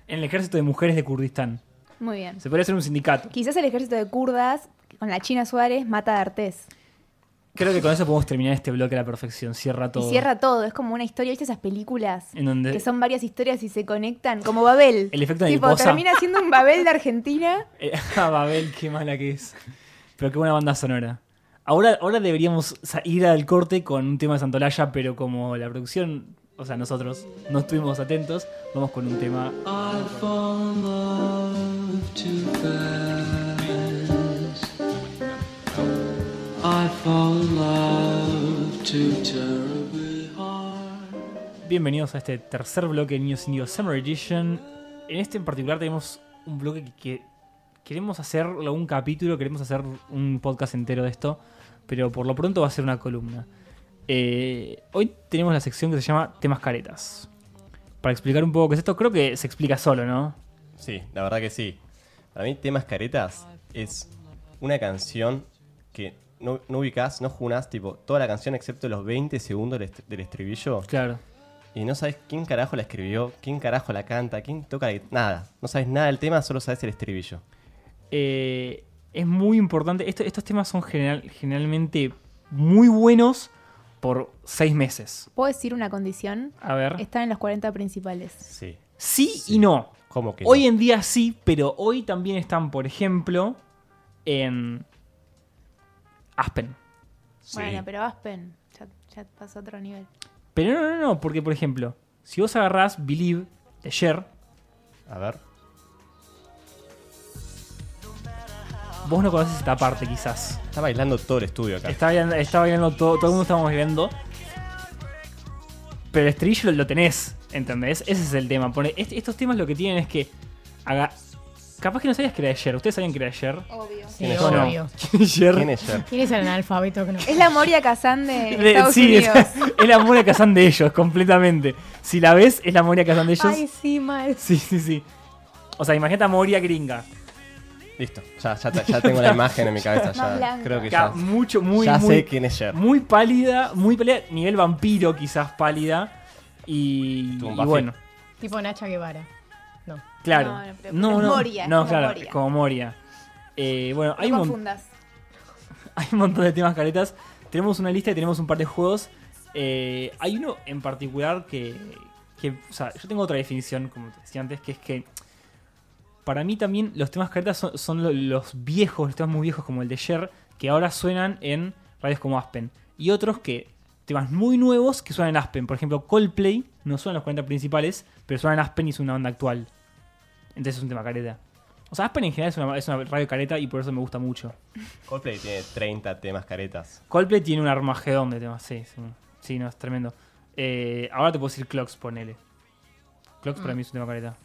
Speaker 2: en el ejército de mujeres de Kurdistán.
Speaker 3: Muy bien.
Speaker 2: Se podría hacer un sindicato.
Speaker 3: Quizás el ejército de kurdas con la China Suárez mata a Artés.
Speaker 2: Creo que con eso podemos terminar este bloque a la perfección. Cierra todo.
Speaker 3: Y cierra todo. Es como una historia, ¿viste esas películas?
Speaker 2: En donde-
Speaker 3: Que son varias historias y se conectan, como Babel.
Speaker 2: El efecto
Speaker 3: tipo,
Speaker 2: mariposa.
Speaker 3: termina siendo un Babel de Argentina.
Speaker 2: Eh, ah, Babel, qué mala que es. Pero qué buena banda sonora. Ahora, ahora deberíamos sa- ir al corte con un tema de Santolaya, pero como la producción, o sea, nosotros no estuvimos atentos, vamos con un tema. Bienvenidos a este tercer bloque de Niños Indios Summer Edition. En este en particular tenemos un bloque que, que queremos hacerlo un capítulo, queremos hacer un podcast entero de esto, pero por lo pronto va a ser una columna. Eh, hoy tenemos la sección que se llama Temas Caretas. Para explicar un poco qué es esto, creo que se explica solo, ¿no?
Speaker 5: Sí, la verdad que sí. Para mí, Temas Caretas es una canción que no, no ubicás, no junás, tipo, toda la canción excepto los 20 segundos del, est- del estribillo.
Speaker 2: Claro.
Speaker 5: Y no sabes quién carajo la escribió, quién carajo la canta, quién toca la guit- Nada. No sabes nada del tema, solo sabes el estribillo.
Speaker 2: Eh, es muy importante. Esto- estos temas son general- generalmente muy buenos por seis meses.
Speaker 3: ¿Puedo decir una condición?
Speaker 2: A ver.
Speaker 3: Están en los 40 principales.
Speaker 5: Sí.
Speaker 2: Sí, y no.
Speaker 5: ¿Cómo que
Speaker 2: Hoy
Speaker 5: no?
Speaker 2: en día sí, pero hoy también están, por ejemplo, en Aspen.
Speaker 5: Sí.
Speaker 3: Bueno, pero Aspen ya, ya pasó a otro nivel.
Speaker 2: Pero no, no, no, porque por ejemplo, si vos agarrás Believe de Cher,
Speaker 5: A ver.
Speaker 2: vos no conoces esta parte quizás.
Speaker 5: Está bailando todo el estudio acá.
Speaker 2: Está bailando, está bailando todo, todo el mundo está bailando. Pero el estribillo lo, lo tenés, ¿entendés? Ese es el tema. Pone- est- estos temas lo que tienen es que... haga- capaz que no sabías que era de Cher. ¿Ustedes sabían que era de Cher?
Speaker 3: Obvio.
Speaker 4: Sí,
Speaker 5: ¿Quiénes son?
Speaker 4: obvio.
Speaker 2: Cher.
Speaker 5: ¿Quién es Cher?
Speaker 4: ¿Quién es el analfabeto que no?
Speaker 3: Es la Moria Kazan de
Speaker 2: De-
Speaker 3: Estados
Speaker 2: sí, es,
Speaker 3: Unidos.
Speaker 2: es la Moria Kazan de ellos, completamente. Si la ves, es la Moria Kazan de ellos.
Speaker 4: Ay, sí, mal.
Speaker 2: Sí, sí, sí. O sea, imagínate a Moria gringa.
Speaker 5: Listo. Ya, ya, ya tengo la imagen en mi cabeza.
Speaker 3: Más
Speaker 5: Ya,
Speaker 3: blanca.
Speaker 5: creo que
Speaker 2: Acá,
Speaker 5: ya.
Speaker 2: mucho, muy,
Speaker 5: ya
Speaker 2: muy,
Speaker 5: sé quién es Cher.
Speaker 2: muy pálida, muy pálida, nivel vampiro quizás pálida. Y,
Speaker 5: Como
Speaker 2: y
Speaker 5: Buffy.
Speaker 2: bueno,
Speaker 4: Tipo Nacha Guevara. No.
Speaker 2: claro.
Speaker 3: No, no, pero-
Speaker 2: No,
Speaker 3: pero es
Speaker 2: no,
Speaker 3: Moria, es
Speaker 2: no,
Speaker 3: como
Speaker 2: claro,
Speaker 3: Moria.
Speaker 2: es como Moria. Eh, bueno, hay
Speaker 3: no
Speaker 2: un, mon-
Speaker 3: confundas.
Speaker 2: hay un montón de temas caretas. Tenemos una lista y tenemos un par de juegos. Eh, hay uno en particular que, que, O sea, yo tengo otra definición, como te decía antes, que es que. Para mí también los temas caretas son, son lo- los viejos, los temas muy viejos como el de Cher, que ahora suenan en radios como Aspen. Y otros que. Temas muy nuevos que suenan en Aspen. Por ejemplo, Coldplay no suenan los 40 principales, pero suenan en Aspen y es una banda actual. Entonces es un tema careta. O sea, Aspen en general es una, es una radio careta y por eso me gusta mucho.
Speaker 5: Coldplay tiene 30 temas caretas.
Speaker 2: Coldplay tiene un armagedón de temas, sí, sí. Sí, no, es tremendo.
Speaker 3: Mm.
Speaker 2: Eh, ahora te puedo decir Clocks, ponele. Clocks para mí es un tema careta.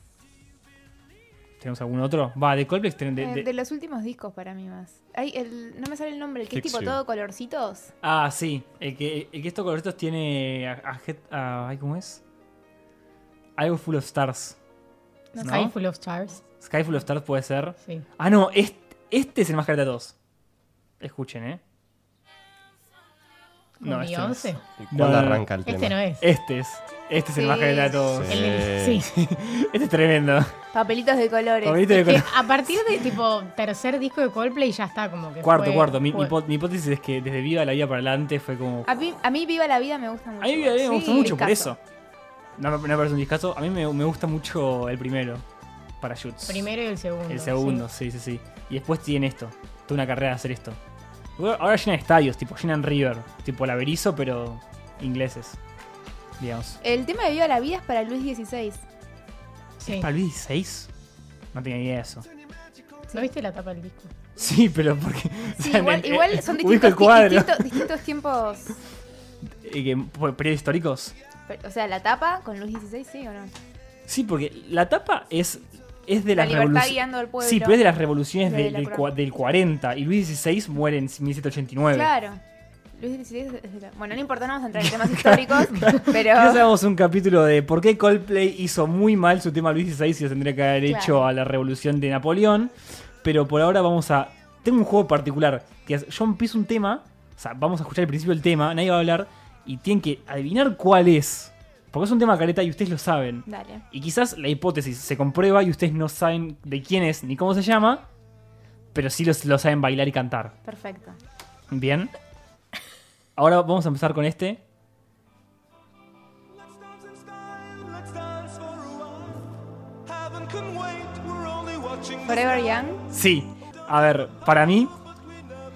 Speaker 2: ¿Tenemos algún otro? Va, de Coldplay. ten- de-
Speaker 3: Eh,
Speaker 2: de-
Speaker 3: de los últimos discos para mí más. Ay, el, no me sale el nombre, el que es tipo
Speaker 5: Fix You.
Speaker 3: todo colorcitos.
Speaker 2: Ah, sí. El que, el que estos coloritos tiene. A, a Jet- a- ay, ¿Cómo es? Algo full of stars.
Speaker 3: No
Speaker 2: ¿No?
Speaker 3: sé.
Speaker 4: Sky Full of Stars.
Speaker 2: Sky full of stars puede ser.
Speaker 4: Sí.
Speaker 2: Ah, no. Este, este es el más caro de todos. Escuchen, ¿eh?
Speaker 4: Con
Speaker 2: este no es.
Speaker 4: Beyoncé.
Speaker 5: ¿Y
Speaker 2: No, no,
Speaker 5: ¿Cuándo
Speaker 2: no.
Speaker 5: arranca el
Speaker 4: Este
Speaker 5: tema?
Speaker 4: no es.
Speaker 2: Este es. Este es el
Speaker 3: Sí.
Speaker 2: más caro de todos.
Speaker 5: Sí.
Speaker 4: El del-
Speaker 5: Eh.
Speaker 4: sí.
Speaker 2: Este es tremendo.
Speaker 3: Papelitos de colores.
Speaker 2: Papelito de
Speaker 4: Que
Speaker 2: color.
Speaker 4: Eh, a partir de tipo tercer disco de Coldplay ya está como que.
Speaker 2: Cuarto,
Speaker 4: fue-
Speaker 2: cuarto. Mi, mi
Speaker 4: fue-
Speaker 2: hipo- mi hipótesis es que desde Viva la Vida para adelante fue como.
Speaker 3: A mí, a mí Viva la Vida me gusta mucho.
Speaker 2: A mí Viva la Vida me gusta
Speaker 3: Sí,
Speaker 2: mucho por
Speaker 3: discazo.
Speaker 2: eso. No, me- no me parece un discazo. A mí me, me gusta mucho el primero. Para Shoots.
Speaker 4: Primero y el segundo.
Speaker 2: El segundo, sí, sí, sí. Y después tiene esto. Toda una carrera de hacer esto. Ahora- Ahora llenan estadios, tipo llenan River. Tipo la Berizo, pero ingleses. Digamos.
Speaker 3: El tema de Viva la Vida es para Luis XVI.
Speaker 4: sí. Sí.
Speaker 2: ¿Para Luis 16? No tenía idea de eso.
Speaker 4: ¿No viste la tapa del disco?
Speaker 2: Sí, pero porque. o
Speaker 3: Sí,
Speaker 2: sea,
Speaker 3: igual,
Speaker 2: en- en-
Speaker 3: igual son
Speaker 2: eh, ubico
Speaker 3: distintos,
Speaker 2: el cuadro.
Speaker 3: distintos- distintos tiempos.
Speaker 2: Eh, que- por- ¿Periodos históricos?
Speaker 3: Pero, O sea, la tapa con Luis XVI, sí o no.
Speaker 2: Sí, porque la tapa es, es de
Speaker 3: La
Speaker 2: las
Speaker 3: libertad
Speaker 2: revoluciones.
Speaker 3: guiando al pueblo.
Speaker 2: Sí, pero es de las revoluciones
Speaker 3: De
Speaker 2: de-
Speaker 3: la
Speaker 2: del,
Speaker 3: cura.
Speaker 2: cua- del 40 y Luis XVI muere en 1789.
Speaker 3: Claro. Luis XVI es de la- Bueno, no importa, no vamos a entrar en temas históricos, pero...
Speaker 2: Ya sabemos un capítulo de por qué Coldplay hizo muy mal su tema Luis XVI y lo tendría que haber
Speaker 3: Claro.
Speaker 2: hecho a la revolución de Napoleón. Pero por ahora vamos a. Tengo un juego particular. Que es, yo empiezo un tema. O sea, vamos a escuchar el principio del tema, nadie va a hablar. Y tienen que adivinar cuál es. Porque es un tema careta y ustedes lo saben.
Speaker 3: Dale.
Speaker 2: Y quizás la hipótesis se comprueba y ustedes no saben de quién es ni cómo se llama. Pero sí los- lo saben bailar y cantar.
Speaker 3: Perfecto.
Speaker 2: Bien. Ahora vamos a empezar con este.
Speaker 3: Forever Young.
Speaker 2: Sí. A ver, para mí.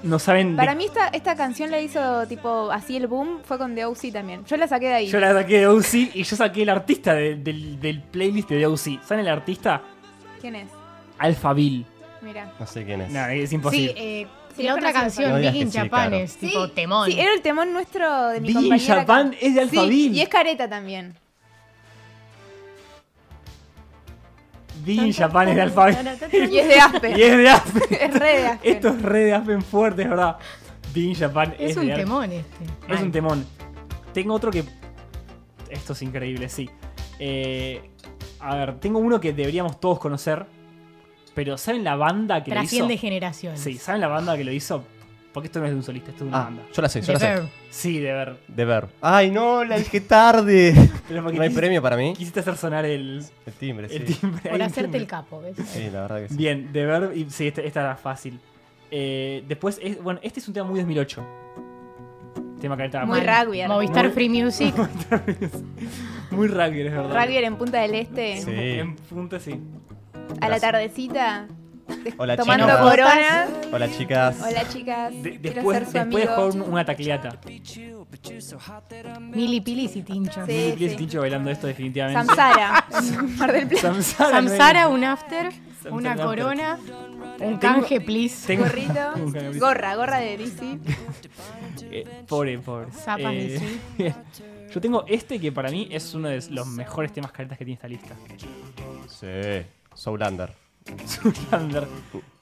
Speaker 2: No saben. de-
Speaker 3: Para mí esta, esta canción la hizo tipo así el boom, fue con The O.C. también. Yo la saqué de ahí.
Speaker 2: Yo la saqué de OC y yo saqué el artista de- del, del playlist de OC. ¿Saben el artista?
Speaker 3: ¿Quién es?
Speaker 2: Alphabil.
Speaker 3: Mira.
Speaker 5: No sé quién es.
Speaker 2: No, es
Speaker 4: Sí,
Speaker 2: imposible.
Speaker 4: eh,
Speaker 3: Sí,
Speaker 4: la
Speaker 3: yo
Speaker 4: otra
Speaker 3: creo que
Speaker 4: canción,
Speaker 5: sí. No digas
Speaker 4: Big in
Speaker 5: que sí,
Speaker 4: Japan,
Speaker 5: claro.
Speaker 4: es tipo temón.
Speaker 3: Sí, era el temón nuestro de mi
Speaker 2: Big in
Speaker 3: compañera. acá.
Speaker 2: Japan es de
Speaker 3: Sí,
Speaker 2: Alphaville.
Speaker 3: y es careta también.
Speaker 2: Big in Japan es de Alphabil.
Speaker 3: Y es de Aspen.
Speaker 2: Y es de Aspen.
Speaker 3: Es re de Aspen.
Speaker 2: Esto es re de Aspen fuerte, es verdad. Big in Japan es,
Speaker 4: es un
Speaker 2: de Aspen.
Speaker 4: temón este.
Speaker 2: Es
Speaker 4: Mal.
Speaker 2: un temón. Tengo otro que. Esto es increíble, sí. Eh, a ver, tengo uno que deberíamos todos conocer. Pero ¿saben la banda que
Speaker 4: Trasciende
Speaker 2: lo hizo?
Speaker 4: generaciones.
Speaker 2: Sí, ¿saben la banda que lo hizo? Porque esto no es de un solista, esto es de una
Speaker 5: Ah,
Speaker 2: banda.
Speaker 5: yo la sé, yo
Speaker 4: The
Speaker 5: la sé.
Speaker 4: Verb.
Speaker 2: Sí, de ver.
Speaker 5: De ver. Ay, no, la dije tarde.
Speaker 2: Pero porque
Speaker 5: No hay
Speaker 2: quisiste-
Speaker 5: premio para mí.
Speaker 2: Quisiste hacer sonar el,
Speaker 5: El timbre,
Speaker 2: el
Speaker 5: sí.
Speaker 2: timbre. hay
Speaker 4: Por
Speaker 2: un
Speaker 4: hacerte
Speaker 2: timbre.
Speaker 4: el capo, ¿ves?
Speaker 5: Sí, la verdad que sí.
Speaker 2: Bien, de ver. y- sí, esta, esta era fácil. Eh, después, es, bueno, este es un tema muy 2008. Tema que ahorita-
Speaker 3: Muy rugby.
Speaker 4: Movistar
Speaker 2: Muy-
Speaker 4: Free Music.
Speaker 2: Muy rugby, es verdad.
Speaker 3: Rugby en Punta del Este.
Speaker 5: Sí.
Speaker 2: En punta, sí.
Speaker 3: A la
Speaker 5: Gracias.
Speaker 3: tardecita. des-
Speaker 5: Hola,
Speaker 3: tomando
Speaker 5: chicas.
Speaker 3: corona.
Speaker 5: Hola, chicas.
Speaker 3: Hola chicas.
Speaker 2: De-
Speaker 3: Quiero
Speaker 2: después
Speaker 3: ser su
Speaker 2: después
Speaker 3: amigo.
Speaker 2: dejó un- una tacleata.
Speaker 4: Mili Pilis y Tincho.
Speaker 3: Sí,
Speaker 2: Mili Pilis y Tincho bailando esto definitivamente.
Speaker 3: Samsara. en Mar del Plata.
Speaker 2: Samsara.
Speaker 4: Samsara, un after,
Speaker 2: Samsara,
Speaker 4: una
Speaker 2: un after.
Speaker 4: corona, un canje, please.
Speaker 2: Tengo- Nunca lo
Speaker 3: Gorrito.
Speaker 2: vi.
Speaker 3: Gorra, gorra de DC.
Speaker 2: Eh, pobre, pobre. Eh,
Speaker 4: Zapas de
Speaker 2: yo tengo este que para mí es uno de los mejores temas caretas que tiene esta lista.
Speaker 5: Sí. Soulander.
Speaker 2: Zoolander.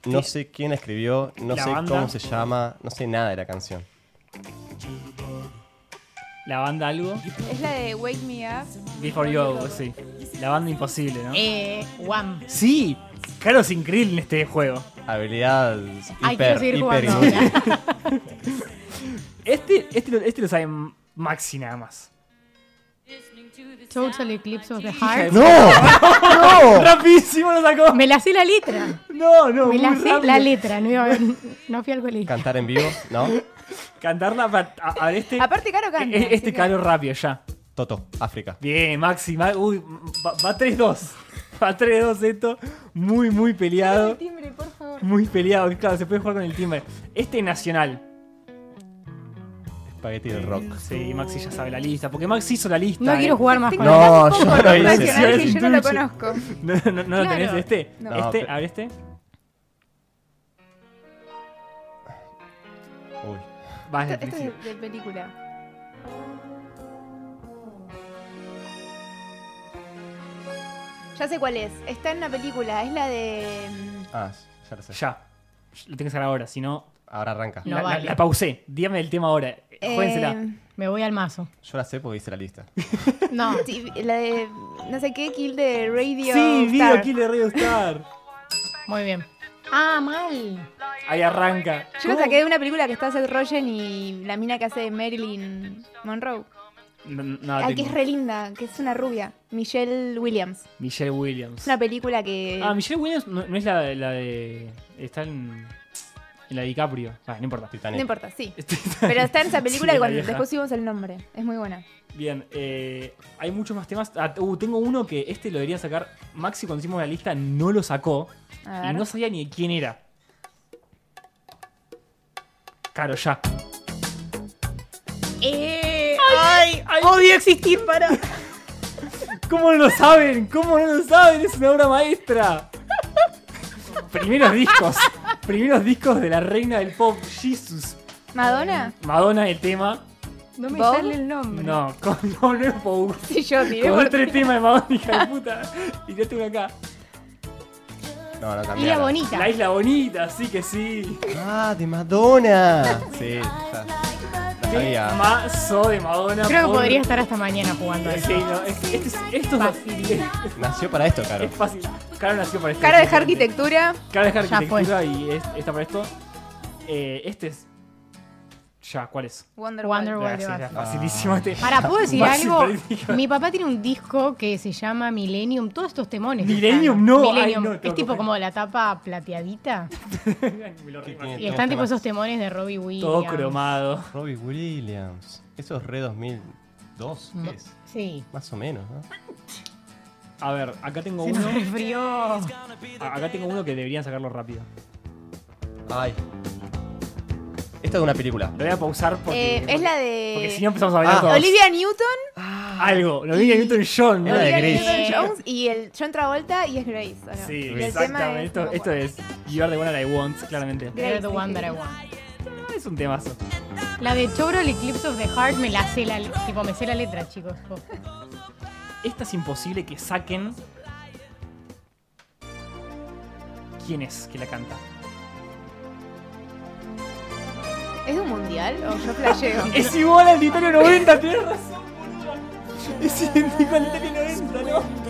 Speaker 5: No sé quién la escribió, no
Speaker 2: La
Speaker 5: sé
Speaker 2: banda.
Speaker 5: cómo se llama, no sé nada de la canción.
Speaker 2: La banda algo.
Speaker 3: Es la de Wake Me Up.
Speaker 2: Before You Go, sí. La banda imposible, ¿no?
Speaker 4: Eh, Wham.
Speaker 2: Sí, claro, sin Krill en este juego.
Speaker 5: Habilidad
Speaker 4: Ay, quiero
Speaker 5: hiper,
Speaker 4: seguir
Speaker 5: hiper
Speaker 4: jugando
Speaker 5: inútil.
Speaker 4: ahora.
Speaker 2: Este, este, lo- este lo sabe Maxi nada más.
Speaker 4: Total Eclipse of the Heart.
Speaker 5: ¡No! ¡No!
Speaker 2: ¡Rapidísimo lo sacó!
Speaker 4: Me la sé la letra.
Speaker 2: No, no,
Speaker 4: Me la
Speaker 2: muy
Speaker 4: sé
Speaker 2: rápido.
Speaker 4: la letra. No, iba a ver- no fui al colegio.
Speaker 5: Cantar en vivo, ¿no?
Speaker 2: Cantarla para. A, a ver, este.
Speaker 3: Aparte, Caro canta.
Speaker 2: e-
Speaker 3: así
Speaker 2: este
Speaker 3: que-
Speaker 2: caro rápido ya.
Speaker 5: Toto, África.
Speaker 2: Bien, Maxi. Ma- uy, va, va 3-2. Va 3-2 esto. Muy, muy peleado.
Speaker 3: Timbre, por favor.
Speaker 2: Muy peleado. Claro, se puede jugar con el timbre. Este nacional.
Speaker 5: Spaghetti del rock.
Speaker 2: Sí, Maxi ya sabe la lista. Porque Maxi hizo la lista.
Speaker 4: No
Speaker 2: ¿eh?
Speaker 4: quiero jugar más
Speaker 3: Tengo
Speaker 4: con
Speaker 5: No,
Speaker 3: un
Speaker 4: él.
Speaker 5: yo
Speaker 3: poco
Speaker 5: no
Speaker 3: con
Speaker 5: hice.
Speaker 3: Nacional que
Speaker 2: Sí,
Speaker 3: yo no lo
Speaker 2: intuye.
Speaker 3: conozco.
Speaker 2: No, no, no, no lo tenés
Speaker 4: Claro.
Speaker 2: este.
Speaker 3: No.
Speaker 5: No,
Speaker 2: Este,
Speaker 5: pero-
Speaker 2: a ver este.
Speaker 5: Uy.
Speaker 2: Va desde el
Speaker 3: Esto, esto
Speaker 2: principio.
Speaker 3: es de, de película. Ya sé cuál es. Está en una película. Es la de. mm,
Speaker 5: Ah, ya lo sé.
Speaker 2: Ya. Lo tenés que sacar ahora, si no.
Speaker 5: Ahora arranca.
Speaker 4: No
Speaker 2: la, la-
Speaker 4: vale.
Speaker 2: la pausé. Dígame el tema ahora.
Speaker 3: eh,
Speaker 2: Jódensela.
Speaker 4: Me voy al mazo.
Speaker 5: Yo la sé porque hice la lista.
Speaker 4: No.
Speaker 3: sí, la de. No sé qué, Kill de Radio.
Speaker 2: Sí,
Speaker 3: Star.
Speaker 2: Video Killer Radio Star.
Speaker 4: Muy bien. Ah, mal.
Speaker 2: Ahí arranca.
Speaker 3: Yo lo saqué de una película que está Seth Rogen y la mina que hace de Marilyn Monroe.
Speaker 2: No, no la
Speaker 3: Ay, que
Speaker 2: Ah, tengo.
Speaker 3: es re linda, que es una rubia. Michelle Williams.
Speaker 2: Michelle Williams.
Speaker 3: Es una película que.
Speaker 2: Ah, Michelle Williams no, no es la, la de. Está en. En la de DiCaprio. Ah, no importa.
Speaker 3: no
Speaker 5: Titanic.
Speaker 3: importa, sí.
Speaker 2: Este-
Speaker 3: Pero está en esa película
Speaker 2: Sí,
Speaker 3: y
Speaker 2: la
Speaker 3: cuando
Speaker 2: vieja.
Speaker 3: después subimos el nombre. Es muy buena.
Speaker 2: Bien, eh, hay muchos más temas. Ah, uh, tengo uno que este lo debería sacar. Maxi, cuando hicimos la lista, no lo sacó.
Speaker 3: A ver.
Speaker 2: Y no sabía ni quién era. Claro, ya.
Speaker 4: Eh, ay, odio existir para.
Speaker 2: ¿Cómo no lo saben? ¿Cómo no lo saben? Es una obra maestra. primeros discos. primeros discos de la reina del pop, Jesus.
Speaker 3: ¿Madonna?
Speaker 2: Madonna, el tema.
Speaker 4: No me
Speaker 3: ¿Vos?
Speaker 4: sale el nombre.
Speaker 2: No, con no, no es pop.
Speaker 3: Sí, yo tiré
Speaker 2: Con
Speaker 3: por ti.
Speaker 2: tres temas de Madonna, hija de puta. Y yo tengo acá.
Speaker 5: No, no
Speaker 4: Isla
Speaker 5: cambiaron.
Speaker 4: Bonita.
Speaker 2: La isla bonita, sí que sí.
Speaker 5: Ah, de Madonna. Sí, ya. La sabía.
Speaker 2: Mazo de Madonna.
Speaker 4: Creo que
Speaker 2: por-
Speaker 4: podría estar hasta mañana jugando a
Speaker 2: Ok,
Speaker 4: eso.
Speaker 2: no, es que este es- esto es
Speaker 4: Fácil.
Speaker 2: Es,
Speaker 5: Nació para esto, claro.
Speaker 2: es fácil. Cara nació para esto.
Speaker 3: Cara de arquitectura.
Speaker 2: Cara de
Speaker 4: Ya fue.
Speaker 2: arquitectura y es- está para esto. Eh, este es. Ya, ¿cuál es?
Speaker 3: Wonder
Speaker 4: Wonder
Speaker 3: Woman.
Speaker 4: Woman de
Speaker 2: Gracias, era
Speaker 4: Batman.
Speaker 5: Ah.
Speaker 2: facilísimo este.
Speaker 4: Para, ¿puedo decir
Speaker 2: Fácil,
Speaker 4: algo?
Speaker 2: perdí.
Speaker 4: Mi papá tiene un disco que se llama Millennium. Todos estos temones.
Speaker 2: Millennium,
Speaker 4: están.
Speaker 2: no, ay,
Speaker 4: Millennium.
Speaker 2: no, tengo
Speaker 4: es
Speaker 2: que
Speaker 4: tipo
Speaker 2: coger.
Speaker 4: como la tapa plateadita.
Speaker 2: Me lo
Speaker 5: ¿Qué
Speaker 2: reimagino.
Speaker 5: tiene?
Speaker 4: Y están tipo
Speaker 5: temas.
Speaker 4: esos temones de Robbie Williams.
Speaker 2: Todo cromado.
Speaker 5: Robbie Williams. Eso es re 2002,
Speaker 4: Mm,
Speaker 5: es?
Speaker 4: Sí.
Speaker 5: Más o menos, ¿no?
Speaker 2: A ver, acá tengo
Speaker 4: Se
Speaker 2: uno.
Speaker 4: nos refrió.
Speaker 2: a- Acá tengo uno que deberían sacarlo rápido.
Speaker 5: Ay. Esto es una película.
Speaker 2: Lo voy a pausar porque.
Speaker 3: Eh, es la
Speaker 2: Porque
Speaker 3: de.
Speaker 2: si no empezamos a bailar
Speaker 5: Ah.
Speaker 2: todos.
Speaker 3: Olivia Newton.
Speaker 2: Algo. Lo vi en Newton John.
Speaker 5: Era de
Speaker 3: Olivia
Speaker 5: Grace.
Speaker 3: Newton Jones y el John Travolta y es Grace. ¿o no?
Speaker 2: Sí,
Speaker 3: Y el tema
Speaker 2: exactamente.
Speaker 3: es-
Speaker 2: Esto, esto es You Are the One That I Want, claramente.
Speaker 3: Grace,
Speaker 4: You're the
Speaker 3: sí,
Speaker 4: one
Speaker 3: sí.
Speaker 4: that I want.
Speaker 2: Es un temazo.
Speaker 4: La de Choral Eclipse of the Heart me la sé la, le- tipo, me sé la letra, chicos.
Speaker 2: Esta es imposible que saquen. ¿Quién es que la canta?
Speaker 3: ¿Es de un mundial o yo flasheo?
Speaker 2: Es igual al de Italia 90, tenés razón, boluda. Es idéntico al de Italia 90, ¿no?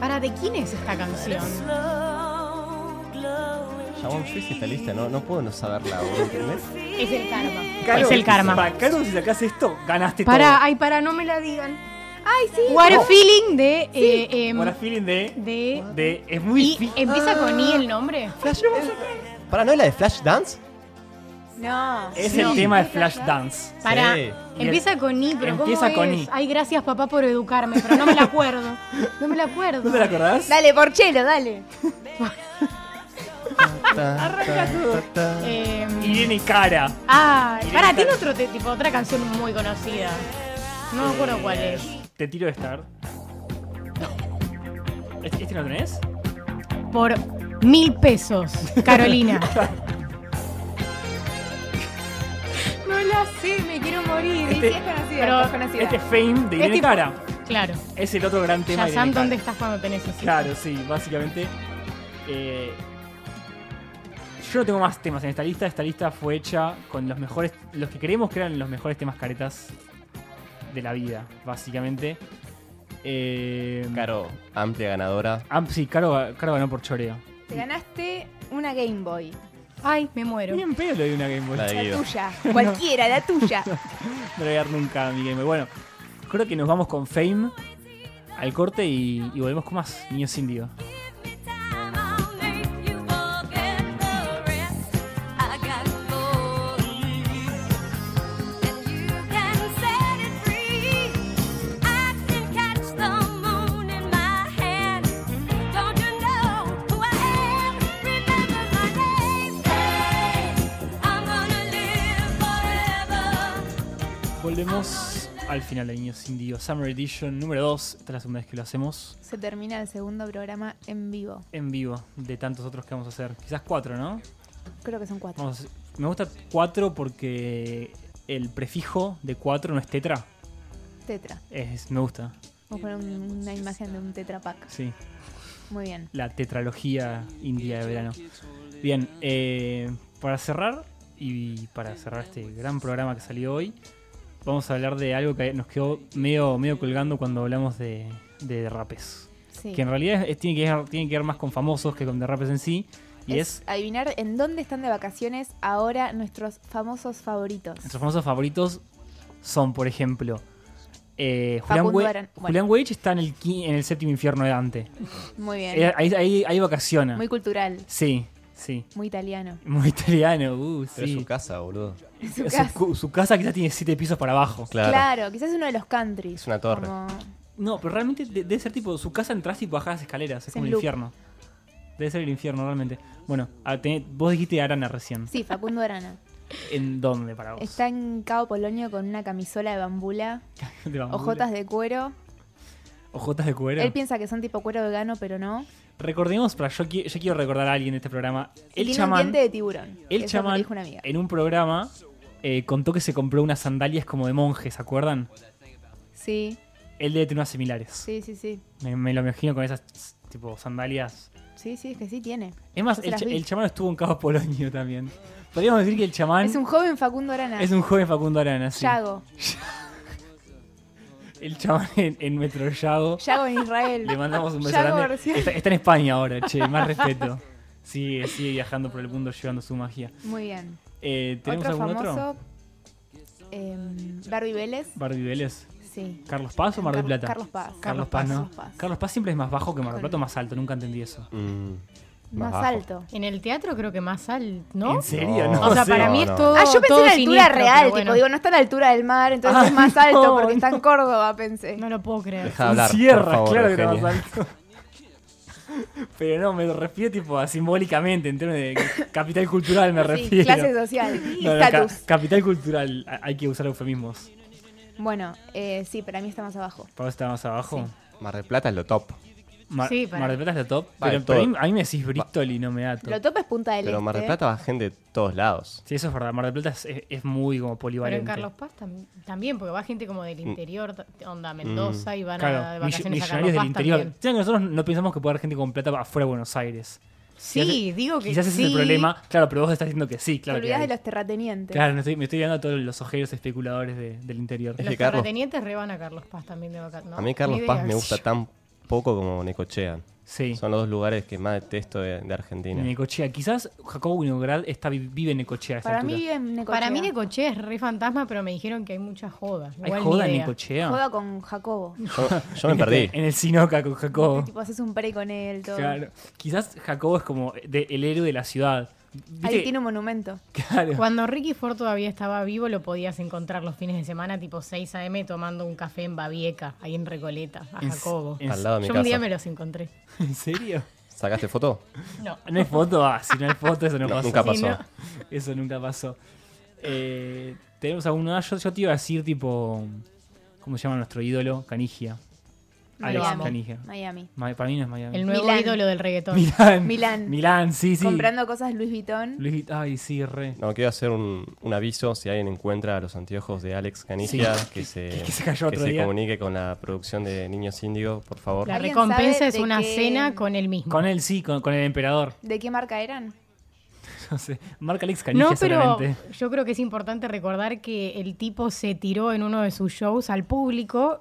Speaker 4: Para, ¿de quién es esta canción?
Speaker 5: Chabón, yo hice esta lista, no, no puedo no saberla, boludo, ¿entendés?
Speaker 4: Es el karma.
Speaker 2: Caro,
Speaker 4: es Pues el karma.
Speaker 2: pa- Caro, si sacás esto, ganaste
Speaker 4: Para,
Speaker 2: todo.
Speaker 4: ay, para, no me la digan.
Speaker 3: Ay, sí.
Speaker 4: What a feeling de. eh, em,
Speaker 2: Buena feeling de.
Speaker 4: de.
Speaker 2: de es muy
Speaker 4: Y
Speaker 2: difícil.
Speaker 4: empieza con I el nombre.
Speaker 5: ¿Para no es la de Flash Dance?
Speaker 3: No.
Speaker 2: Es
Speaker 4: em, Sí.
Speaker 2: el tema de Flashdance.
Speaker 4: Para,
Speaker 5: Sí.
Speaker 4: empieza con I, pero
Speaker 2: Empieza
Speaker 4: ¿cómo
Speaker 2: con
Speaker 4: es?
Speaker 2: I.
Speaker 4: Ay, gracias papá por educarme, pero no me la acuerdo. No me la acuerdo.
Speaker 2: ¿No te la acordás?
Speaker 3: Dale, Porchelo, dale.
Speaker 5: Arranca todo.
Speaker 4: Eh,
Speaker 2: Irene y Cara.
Speaker 4: ah,
Speaker 2: Irene
Speaker 4: para,
Speaker 2: está-
Speaker 4: tiene otro te- tipo, otra canción muy conocida. No me acuerdo cuál es.
Speaker 2: Te tiro de estar. ¿Este, este no lo tenés?
Speaker 4: Por mil pesos, Carolina. no la sé, me quiero morir.
Speaker 3: Sí, sí, es conocida.
Speaker 4: Pero-
Speaker 3: es conocida.
Speaker 2: Este es Fame de Irene
Speaker 4: tipo-
Speaker 2: Cara.
Speaker 4: Claro.
Speaker 2: Es el otro gran tema de
Speaker 4: Shazam,
Speaker 2: Irene Cara.
Speaker 4: ¿dónde estás cuando te necesito?
Speaker 2: Claro, sí, básicamente. eh, yo no tengo más temas en esta lista. Esta lista fue hecha con los mejores. Los que creemos que eran los mejores temas caretas de la vida, básicamente. Eh,
Speaker 5: Caro, amplia ganadora.
Speaker 2: Ah, sí, Caro, Caro ganó por choreo.
Speaker 3: Te ganaste una Game Boy.
Speaker 4: Ay, me muero.
Speaker 2: Bien pedo le di una Game Boy.
Speaker 5: La de
Speaker 3: La
Speaker 5: Guido.
Speaker 3: tuya. Cualquiera, la tuya.
Speaker 2: No le voy a dar nunca a mi Game Boy. Bueno, creo que nos vamos con Fame al corte y, y volvemos con más Niños Indigo. Volvemos al final de Niños Indigo Summer Edition número 2. Esta es la segunda vez que lo hacemos.
Speaker 3: Se termina el segundo programa en vivo.
Speaker 2: en vivo de tantos otros que vamos a hacer. Quizás cuatro, ¿no?
Speaker 3: Creo que son cuatro.
Speaker 2: Vamos a hacer- me gusta cuatro porque el prefijo de cuatro no es tetra.
Speaker 3: Tetra.
Speaker 2: Es, me gusta.
Speaker 3: Vamos a poner un- una imagen de un tetrapack.
Speaker 2: Sí,
Speaker 3: Muy bien.
Speaker 2: la tetralogía india de verano. Bien, eh, para cerrar y para cerrar este gran programa que salió hoy, vamos a hablar de algo que nos quedó medio, medio colgando cuando hablamos de, de rapes.
Speaker 3: Sí.
Speaker 2: Que en realidad es- tiene, que ver, tiene que ver más con famosos que con de rapes en sí. Y es,
Speaker 3: adivinar en dónde están de vacaciones ahora nuestros famosos favoritos.
Speaker 2: nuestros famosos favoritos son, por ejemplo, eh, Julián,
Speaker 3: Facundo
Speaker 2: Wei-
Speaker 3: Aran- bueno.
Speaker 2: Julián Weich está en el, qui- en el séptimo infierno de Dante.
Speaker 3: Muy bien.
Speaker 2: Eh, ahí, ahí, ahí vacaciona.
Speaker 3: Muy cultural,
Speaker 2: Sí, sí.
Speaker 3: muy italiano.
Speaker 2: Muy italiano, uh,
Speaker 5: Pero es
Speaker 2: sí.
Speaker 5: su casa, boludo.
Speaker 3: En
Speaker 2: Su,
Speaker 3: su casa.
Speaker 2: cu- su casa quizás tiene siete pisos para abajo.
Speaker 5: Claro.
Speaker 3: Claro. quizás uno de los countries.
Speaker 5: Es una torre.
Speaker 3: como-
Speaker 2: No, pero realmente de- debe ser tipo, su casa entras y bajás las escaleras, es,
Speaker 3: Es
Speaker 2: como
Speaker 3: en
Speaker 2: el
Speaker 3: loop.
Speaker 2: infierno. Debe ser el infierno realmente. Bueno, a- te- vos dijiste Arana recién.
Speaker 3: Sí, Facundo Arana.
Speaker 2: ¿En dónde para vos?
Speaker 3: Está en Cabo Polonio con una camisola de bambula,
Speaker 2: De bambú.
Speaker 3: ojotas de cuero.
Speaker 2: Ojotas de cuero.
Speaker 3: Él piensa que son tipo cuero vegano, pero no.
Speaker 2: Recordemos, para yo, qui- yo quiero recordar a alguien de este programa.
Speaker 3: Y
Speaker 2: El
Speaker 3: tiene un
Speaker 2: chamán,
Speaker 3: diente de tiburón.
Speaker 2: el
Speaker 3: Eso me
Speaker 2: chamán
Speaker 3: dijo una amiga.
Speaker 2: en un programa eh, contó que se compró unas sandalias como de monje, ¿se acuerdan?
Speaker 3: Sí,
Speaker 2: Él debe tener unas similares.
Speaker 3: sí, sí, sí.
Speaker 2: Me, me lo imagino con esas tss, tipo sandalias.
Speaker 3: Sí, sí, es que sí tiene.
Speaker 2: Es más,
Speaker 3: Yo se
Speaker 2: el,
Speaker 3: las
Speaker 2: cha-
Speaker 3: vi.
Speaker 2: el chamán estuvo en Cabo Polonio también. Podríamos decir que el chamán
Speaker 3: Es un joven Facundo Arana.
Speaker 2: joven Facundo Arana, sí.
Speaker 3: Yago.
Speaker 2: El chamán en, en Metro Yago.
Speaker 3: Yago en Israel.
Speaker 2: Le mandamos un beso
Speaker 3: Yago
Speaker 2: grande.
Speaker 3: versión-
Speaker 2: Está, está en España ahora, che, más respeto. Sigue, sigue viajando por el mundo llevando su magia.
Speaker 3: Muy bien.
Speaker 2: Eh, ¿Tenemos
Speaker 3: Otro
Speaker 2: algún
Speaker 3: famoso.
Speaker 2: otro?
Speaker 3: em, Barbie Vélez.
Speaker 2: Barbie Vélez.
Speaker 3: Sí.
Speaker 2: ¿Carlos Paz o Mar del
Speaker 3: Carlos-
Speaker 2: Plata?
Speaker 3: Carlos Paz.
Speaker 2: Carlos Paz, ¿no?
Speaker 3: Carlos Paz.
Speaker 2: Carlos Paz siempre es más bajo que Mar del
Speaker 3: Con-
Speaker 2: Plata o más alto, nunca entendí eso.
Speaker 5: Mm,
Speaker 3: Más
Speaker 5: bajo.
Speaker 3: alto.
Speaker 4: En el teatro creo que más al, ¿no?
Speaker 2: ¿En serio?
Speaker 5: No.
Speaker 2: No,
Speaker 4: O sea,
Speaker 2: sé.
Speaker 4: para mí
Speaker 5: No,
Speaker 4: es
Speaker 5: no.
Speaker 4: todo.
Speaker 3: Ah, yo pensé
Speaker 4: todo
Speaker 3: en altura
Speaker 4: siniestro,
Speaker 3: real,
Speaker 4: pero
Speaker 3: tipo,
Speaker 4: bueno.
Speaker 3: digo, no está a la altura del mar, entonces
Speaker 2: Ah,
Speaker 3: es más alto
Speaker 2: no,
Speaker 3: porque está en
Speaker 2: no.
Speaker 3: Córdoba, pensé.
Speaker 4: No lo puedo creer.
Speaker 5: Deja de hablar. por
Speaker 2: Sierra,
Speaker 5: favor,
Speaker 2: claro que
Speaker 5: Eugenia.
Speaker 2: era más alto. Pero no, me refiero tipo a simbólicamente, en términos de capital cultural me
Speaker 3: sí,
Speaker 2: refiero.
Speaker 3: clase social,
Speaker 2: No, no, ca-
Speaker 3: estatus.
Speaker 2: capital cultural, a- hay que usar eufemismos.
Speaker 3: Bueno, eh, sí, para mí está más abajo.
Speaker 2: ¿Para vos está más abajo?
Speaker 5: Mar del Plata es lo top.
Speaker 2: Mar,
Speaker 4: Sí, para
Speaker 2: Mar del
Speaker 4: mí.
Speaker 2: Plata es la top.
Speaker 5: Vale,
Speaker 2: pero pero a,
Speaker 5: todo.
Speaker 2: mí, a mí me decís Bristol y no me da top.
Speaker 3: Lo topa es Punta del
Speaker 5: Pero
Speaker 3: Este.
Speaker 5: Mar del Plata va gente de todos lados.
Speaker 2: Sí, eso es verdad. Mar del Plata es, es- es muy como
Speaker 4: Pero
Speaker 2: polivalente.
Speaker 4: en Carlos Paz tam- también, porque va gente como
Speaker 5: Mm.
Speaker 4: del interior, t- onda Mendoza, y van a de
Speaker 2: Claro, mill-
Speaker 4: vacaciones a
Speaker 2: millonarios
Speaker 4: Carlos
Speaker 2: del
Speaker 4: Paz
Speaker 2: interior.
Speaker 4: también.
Speaker 2: Saben que nosotros no pensamos que puede haber gente con plata afuera de Buenos Aires.
Speaker 4: Sí, digo que
Speaker 2: Quizás ese
Speaker 4: sí.
Speaker 2: es el problema. Claro, pero vos estás diciendo que sí, claro.
Speaker 3: Te
Speaker 2: que
Speaker 3: olvidás de
Speaker 2: hay.
Speaker 3: los terratenientes.
Speaker 2: Claro, me estoy, me estoy viendo a todos los ojeros especuladores de- del interior.
Speaker 5: Es
Speaker 4: Los
Speaker 5: que Carlos-
Speaker 4: terratenientes reban a Carlos Paz también de vacaciones. ¿no?
Speaker 5: A mí Carlos
Speaker 4: Ni idea.
Speaker 5: Paz me gusta tan poco como Necochea.
Speaker 2: Sí.
Speaker 5: Son los dos lugares que más detesto de, de Argentina.
Speaker 2: Necochea. Quizás Jacobo Winograd está, vi- vive en Necochea a esta
Speaker 3: Para
Speaker 2: altura.
Speaker 3: mí vive en Necochea.
Speaker 4: Para mí Necochea es re fantasma, pero me dijeron que hay mucha joda.
Speaker 2: ¿Hay
Speaker 4: Igual ni
Speaker 2: joda en
Speaker 4: idea.
Speaker 2: Necochea?
Speaker 3: Joda con Jacobo.
Speaker 5: Yo, yo me perdí.
Speaker 2: En el Sinoca con Jacobo.
Speaker 3: Este Tipo, haces un pre con él, todo.
Speaker 2: Claro. Quizás Jacobo es como de- el héroe de la ciudad. ¿Viste?
Speaker 3: Ahí tiene un monumento.
Speaker 2: Claro.
Speaker 4: Cuando Ricky Ford todavía estaba vivo, lo podías encontrar los fines de semana, tipo 6 a.m., tomando un café en Babieca, ahí en Recoleta, a
Speaker 2: En-
Speaker 4: Jacobo.
Speaker 2: en-
Speaker 5: Al lado de mi
Speaker 4: Yo un
Speaker 5: casa.
Speaker 4: día me los encontré.
Speaker 2: ¿En serio?
Speaker 5: ¿Sacaste foto?
Speaker 4: No.
Speaker 2: No hay foto, ah, si no hay foto, eso no,
Speaker 5: No,
Speaker 2: pasó.
Speaker 5: nunca
Speaker 4: Sí,
Speaker 5: pasó.
Speaker 4: no.
Speaker 2: Eso nunca pasó. Eh, Tenemos alguna. Yo, yo te iba a decir, tipo. ¿Cómo se llama nuestro ídolo? Canigia. Alex
Speaker 4: amo.
Speaker 2: Canigia.
Speaker 3: Miami.
Speaker 2: Ma- Para mí no es Miami.
Speaker 4: El nuevo
Speaker 3: Milán.
Speaker 4: ídolo del reggaetón.
Speaker 2: Milán.
Speaker 3: Milán.
Speaker 2: Milán, sí, sí.
Speaker 3: Comprando cosas Luis Vuitton.
Speaker 2: Luis, ay, sí, re.
Speaker 5: No, quiero hacer un, un aviso si alguien encuentra los anteojos de Alex Canigia,
Speaker 2: Sí,
Speaker 5: que, se,
Speaker 2: que- que se cayó
Speaker 5: que
Speaker 2: otro día.
Speaker 5: comunique con la producción de Niños Índigo, por favor.
Speaker 4: La
Speaker 3: ¿Alguien
Speaker 4: recompensa
Speaker 3: sabe
Speaker 4: es
Speaker 3: de
Speaker 4: una
Speaker 3: qué-
Speaker 4: cena con él mismo.
Speaker 2: Con él sí, con, con el emperador.
Speaker 3: ¿De qué marca eran?
Speaker 2: No sé. Marca Alex Canigia
Speaker 4: No, pero
Speaker 2: solamente.
Speaker 4: yo creo que es importante recordar que el tipo se tiró en uno de sus shows al público.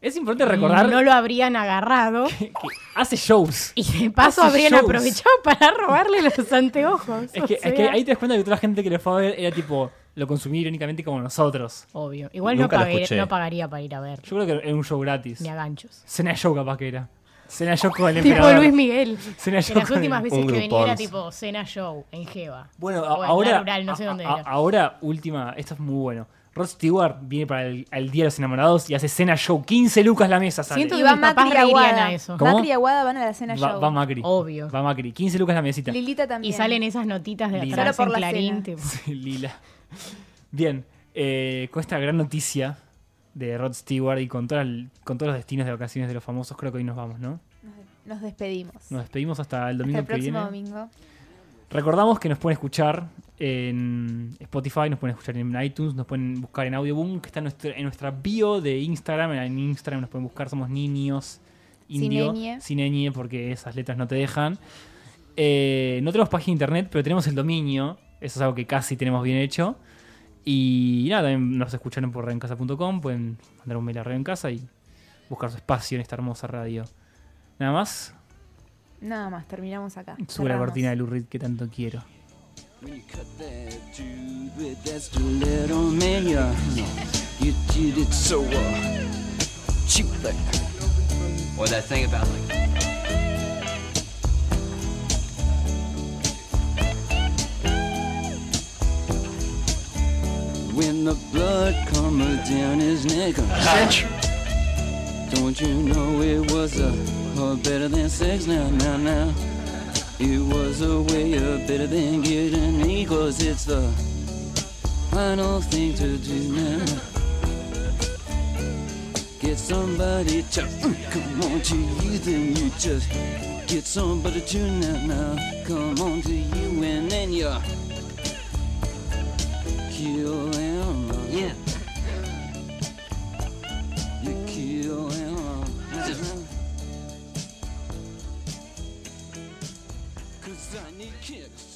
Speaker 2: Es importante
Speaker 4: y
Speaker 2: recordar
Speaker 4: No lo habrían agarrado.
Speaker 2: que hace shows.
Speaker 4: Y de paso
Speaker 2: Hace
Speaker 4: habrían
Speaker 2: shows.
Speaker 4: aprovechado para robarle los anteojos.
Speaker 2: Es
Speaker 4: o
Speaker 2: que, es que
Speaker 4: sea,
Speaker 2: ahí te das cuenta que toda la gente que lo fue a ver era tipo, lo consumía irónicamente como nosotros.
Speaker 4: Obvio. Igual no,
Speaker 5: Nunca lo
Speaker 4: pagué-
Speaker 5: escuché.
Speaker 4: no pagaría para ir a ver.
Speaker 2: Yo creo que era un show gratis.
Speaker 4: Ni a ganchos.
Speaker 2: Cena show capaz que era. Cena show con el
Speaker 4: Tipo
Speaker 2: emperador.
Speaker 4: Luis Miguel.
Speaker 2: Cena
Speaker 4: En
Speaker 2: show
Speaker 4: las
Speaker 2: con
Speaker 4: últimas
Speaker 2: el-
Speaker 4: veces
Speaker 5: Un
Speaker 4: que venía era
Speaker 5: Groupons.
Speaker 4: tipo cena show en Jeva.
Speaker 2: Bueno,
Speaker 4: O
Speaker 2: a-
Speaker 4: en
Speaker 2: ahora,
Speaker 4: La Rural, no sé
Speaker 2: a-
Speaker 4: dónde
Speaker 2: a-
Speaker 4: era.
Speaker 2: ahora, última, esto es muy bueno. Rod Stewart viene para el, al Día de los Enamorados y hace cena show. 15 lucas la mesa sale.
Speaker 4: Siento
Speaker 3: Y
Speaker 4: que
Speaker 3: va
Speaker 4: mis papás
Speaker 3: Macri y
Speaker 4: reirían
Speaker 3: Aguada.
Speaker 4: a eso.
Speaker 2: ¿Cómo?
Speaker 3: Macri y Aguada van a la cena
Speaker 2: va,
Speaker 3: show.
Speaker 2: va Macri.
Speaker 4: Obvio.
Speaker 2: Va Macri. 15 lucas la mesita.
Speaker 3: Lilita
Speaker 4: Y
Speaker 3: también.
Speaker 4: salen esas notitas de
Speaker 2: Lila.
Speaker 4: atrás
Speaker 3: Solo por
Speaker 4: en
Speaker 3: la cena.
Speaker 4: Clarín. tipo.
Speaker 2: Sí, Lila. Bien, eh, con esta gran noticia de Rod Stewart y con, todas l- con todos los destinos de vacaciones de los famosos, creo que hoy nos vamos, ¿no?
Speaker 3: Nos despedimos.
Speaker 2: Nos despedimos hasta el
Speaker 3: Hasta
Speaker 2: domingo
Speaker 3: el
Speaker 2: que
Speaker 3: próximo
Speaker 2: viene.
Speaker 3: domingo.
Speaker 2: Recordamos que nos pueden escuchar en Spotify, nos pueden escuchar en iTunes, nos pueden buscar en Audioboom, que está en nuestra, en nuestra bio de Instagram. En Instagram nos pueden buscar, somos niños
Speaker 3: Sin
Speaker 2: indio,
Speaker 3: ñ.
Speaker 2: sin ñ, porque esas letras no te dejan. Eh, no tenemos página de internet, pero tenemos el dominio. Eso es algo que casi tenemos bien hecho. Y nada, también nos escucharon por radioencasa.com. Pueden mandar un mail a Radio en Casa y buscar su espacio en esta hermosa radio. Nada más,
Speaker 3: Nada más, terminamos acá.
Speaker 2: sube la
Speaker 3: Cerramos.
Speaker 2: cortina de Lurid que tanto quiero.
Speaker 7: When you cut that dude with that's too little man, you, no, you did it so uh, cheaply.
Speaker 6: Or that thing about like.
Speaker 7: When the blood coming down his neck, uh, don't you know it was a, a better than sex now, now, now. It was a way of better than getting me, 'cause it's the final thing to do now. Get somebody to Mm, come on to you, then you just get somebody to now, now. Come on to you, and then you kill him.
Speaker 6: Yeah.
Speaker 7: You kill him. Cause I need kicks.